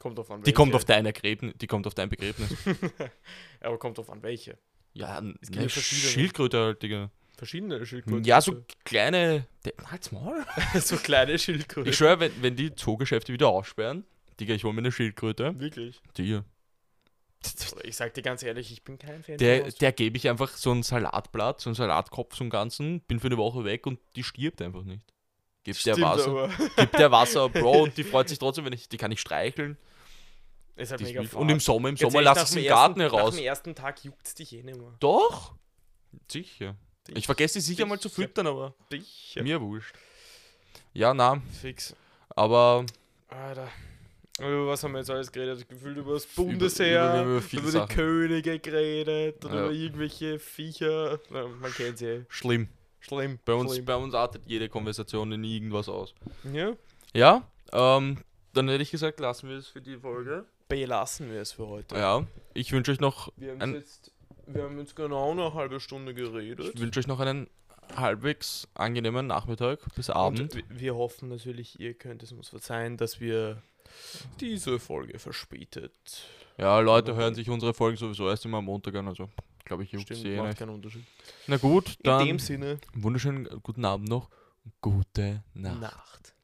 [SPEAKER 2] kommt drauf an,
[SPEAKER 1] Die kommt auf
[SPEAKER 2] Mhm. welche.
[SPEAKER 1] dein Ergräbnis, die kommt auf dein Begräbnis.
[SPEAKER 2] Aber kommt drauf an, welche.
[SPEAKER 1] Ja, eine
[SPEAKER 2] gibt ja verschiedene. ne?
[SPEAKER 1] Schildkröte halt, Digga.
[SPEAKER 2] Verschiedene Schildkröten.
[SPEAKER 1] Ja, so kleine. De- Halt's Maul.
[SPEAKER 2] so kleine Schildkröten.
[SPEAKER 1] Ich schwöre, wenn, wenn die Zoogeschäfte wieder aussperren, Digga, ich hole mir eine Schildkröte.
[SPEAKER 2] Wirklich.
[SPEAKER 1] Die.
[SPEAKER 2] Oder Ich sag dir ganz ehrlich, ich bin kein Fan. von
[SPEAKER 1] Der,
[SPEAKER 2] Wurst.
[SPEAKER 1] der gebe ich einfach so einen Salatblatt, so einen Salatkopf, so einen ganzen, bin für eine Woche weg und die stirbt einfach nicht. Gibt der
[SPEAKER 2] Stimmt,
[SPEAKER 1] Wasser,
[SPEAKER 2] aber
[SPEAKER 1] gibt der Wasser, Bro, und die freut sich trotzdem, wenn ich, die kann ich streicheln.
[SPEAKER 2] Ist halt
[SPEAKER 1] Die ist
[SPEAKER 2] mega
[SPEAKER 1] wild.
[SPEAKER 2] fad.
[SPEAKER 1] und im Sommer, im
[SPEAKER 2] Jetzt
[SPEAKER 1] Sommer
[SPEAKER 2] ehrlich,
[SPEAKER 1] lass
[SPEAKER 2] nach
[SPEAKER 1] ich
[SPEAKER 2] dem
[SPEAKER 1] sie im
[SPEAKER 2] ersten-
[SPEAKER 1] Garten
[SPEAKER 2] Nach
[SPEAKER 1] heraus.
[SPEAKER 2] dem ersten Tag juckt's dich eh nicht mehr.
[SPEAKER 1] Doch. Sicher. Ich vergesse sie sicher mal zu
[SPEAKER 2] Sicher.
[SPEAKER 1] füttern, aber
[SPEAKER 2] Dich. Ja.
[SPEAKER 1] mir wurscht. Ja, na,
[SPEAKER 2] Fix.
[SPEAKER 1] aber
[SPEAKER 2] Alter. Über was haben wir jetzt alles geredet? Gefühlt über das
[SPEAKER 1] über-
[SPEAKER 2] Bundesheer,
[SPEAKER 1] über-
[SPEAKER 2] über,
[SPEAKER 1] über viele
[SPEAKER 2] die
[SPEAKER 1] Sachen.
[SPEAKER 2] Könige geredet und
[SPEAKER 1] Ja.
[SPEAKER 2] über irgendwelche Viecher. Na, Man kennt sie. eh.
[SPEAKER 1] schlimm.
[SPEAKER 2] Schlimm.
[SPEAKER 1] Bei uns,
[SPEAKER 2] Schlimm.
[SPEAKER 1] bei uns artet jede Konversation in irgendwas aus.
[SPEAKER 2] Ja.
[SPEAKER 1] Ja, ähm, dann hätte ich gesagt, lassen wir es für die Folge.
[SPEAKER 2] Belassen wir es für heute.
[SPEAKER 1] Ja, ich wünsche euch noch
[SPEAKER 2] Wir, haben
[SPEAKER 1] Ein-
[SPEAKER 2] jetzt, wir haben jetzt genau eine halbe Stunde
[SPEAKER 1] Ich
[SPEAKER 2] geredet.
[SPEAKER 1] wünsche euch noch einen halbwegs angenehmen Nachmittag bis Abend.
[SPEAKER 2] Und w- wir hoffen natürlich, ihr könnt es uns verzeihen, dass wir diese Folge verspätet.
[SPEAKER 1] Ja, Leute hören sich unsere Folgen sowieso erst immer am Montag an, also glaube ich, juckt
[SPEAKER 2] Stimmt,
[SPEAKER 1] sie eh
[SPEAKER 2] macht
[SPEAKER 1] nicht.
[SPEAKER 2] keinen Unterschied.
[SPEAKER 1] Na gut,
[SPEAKER 2] In
[SPEAKER 1] dann
[SPEAKER 2] dem Sinne,
[SPEAKER 1] wunderschönen guten Abend noch. Gute Nacht.
[SPEAKER 2] Nacht.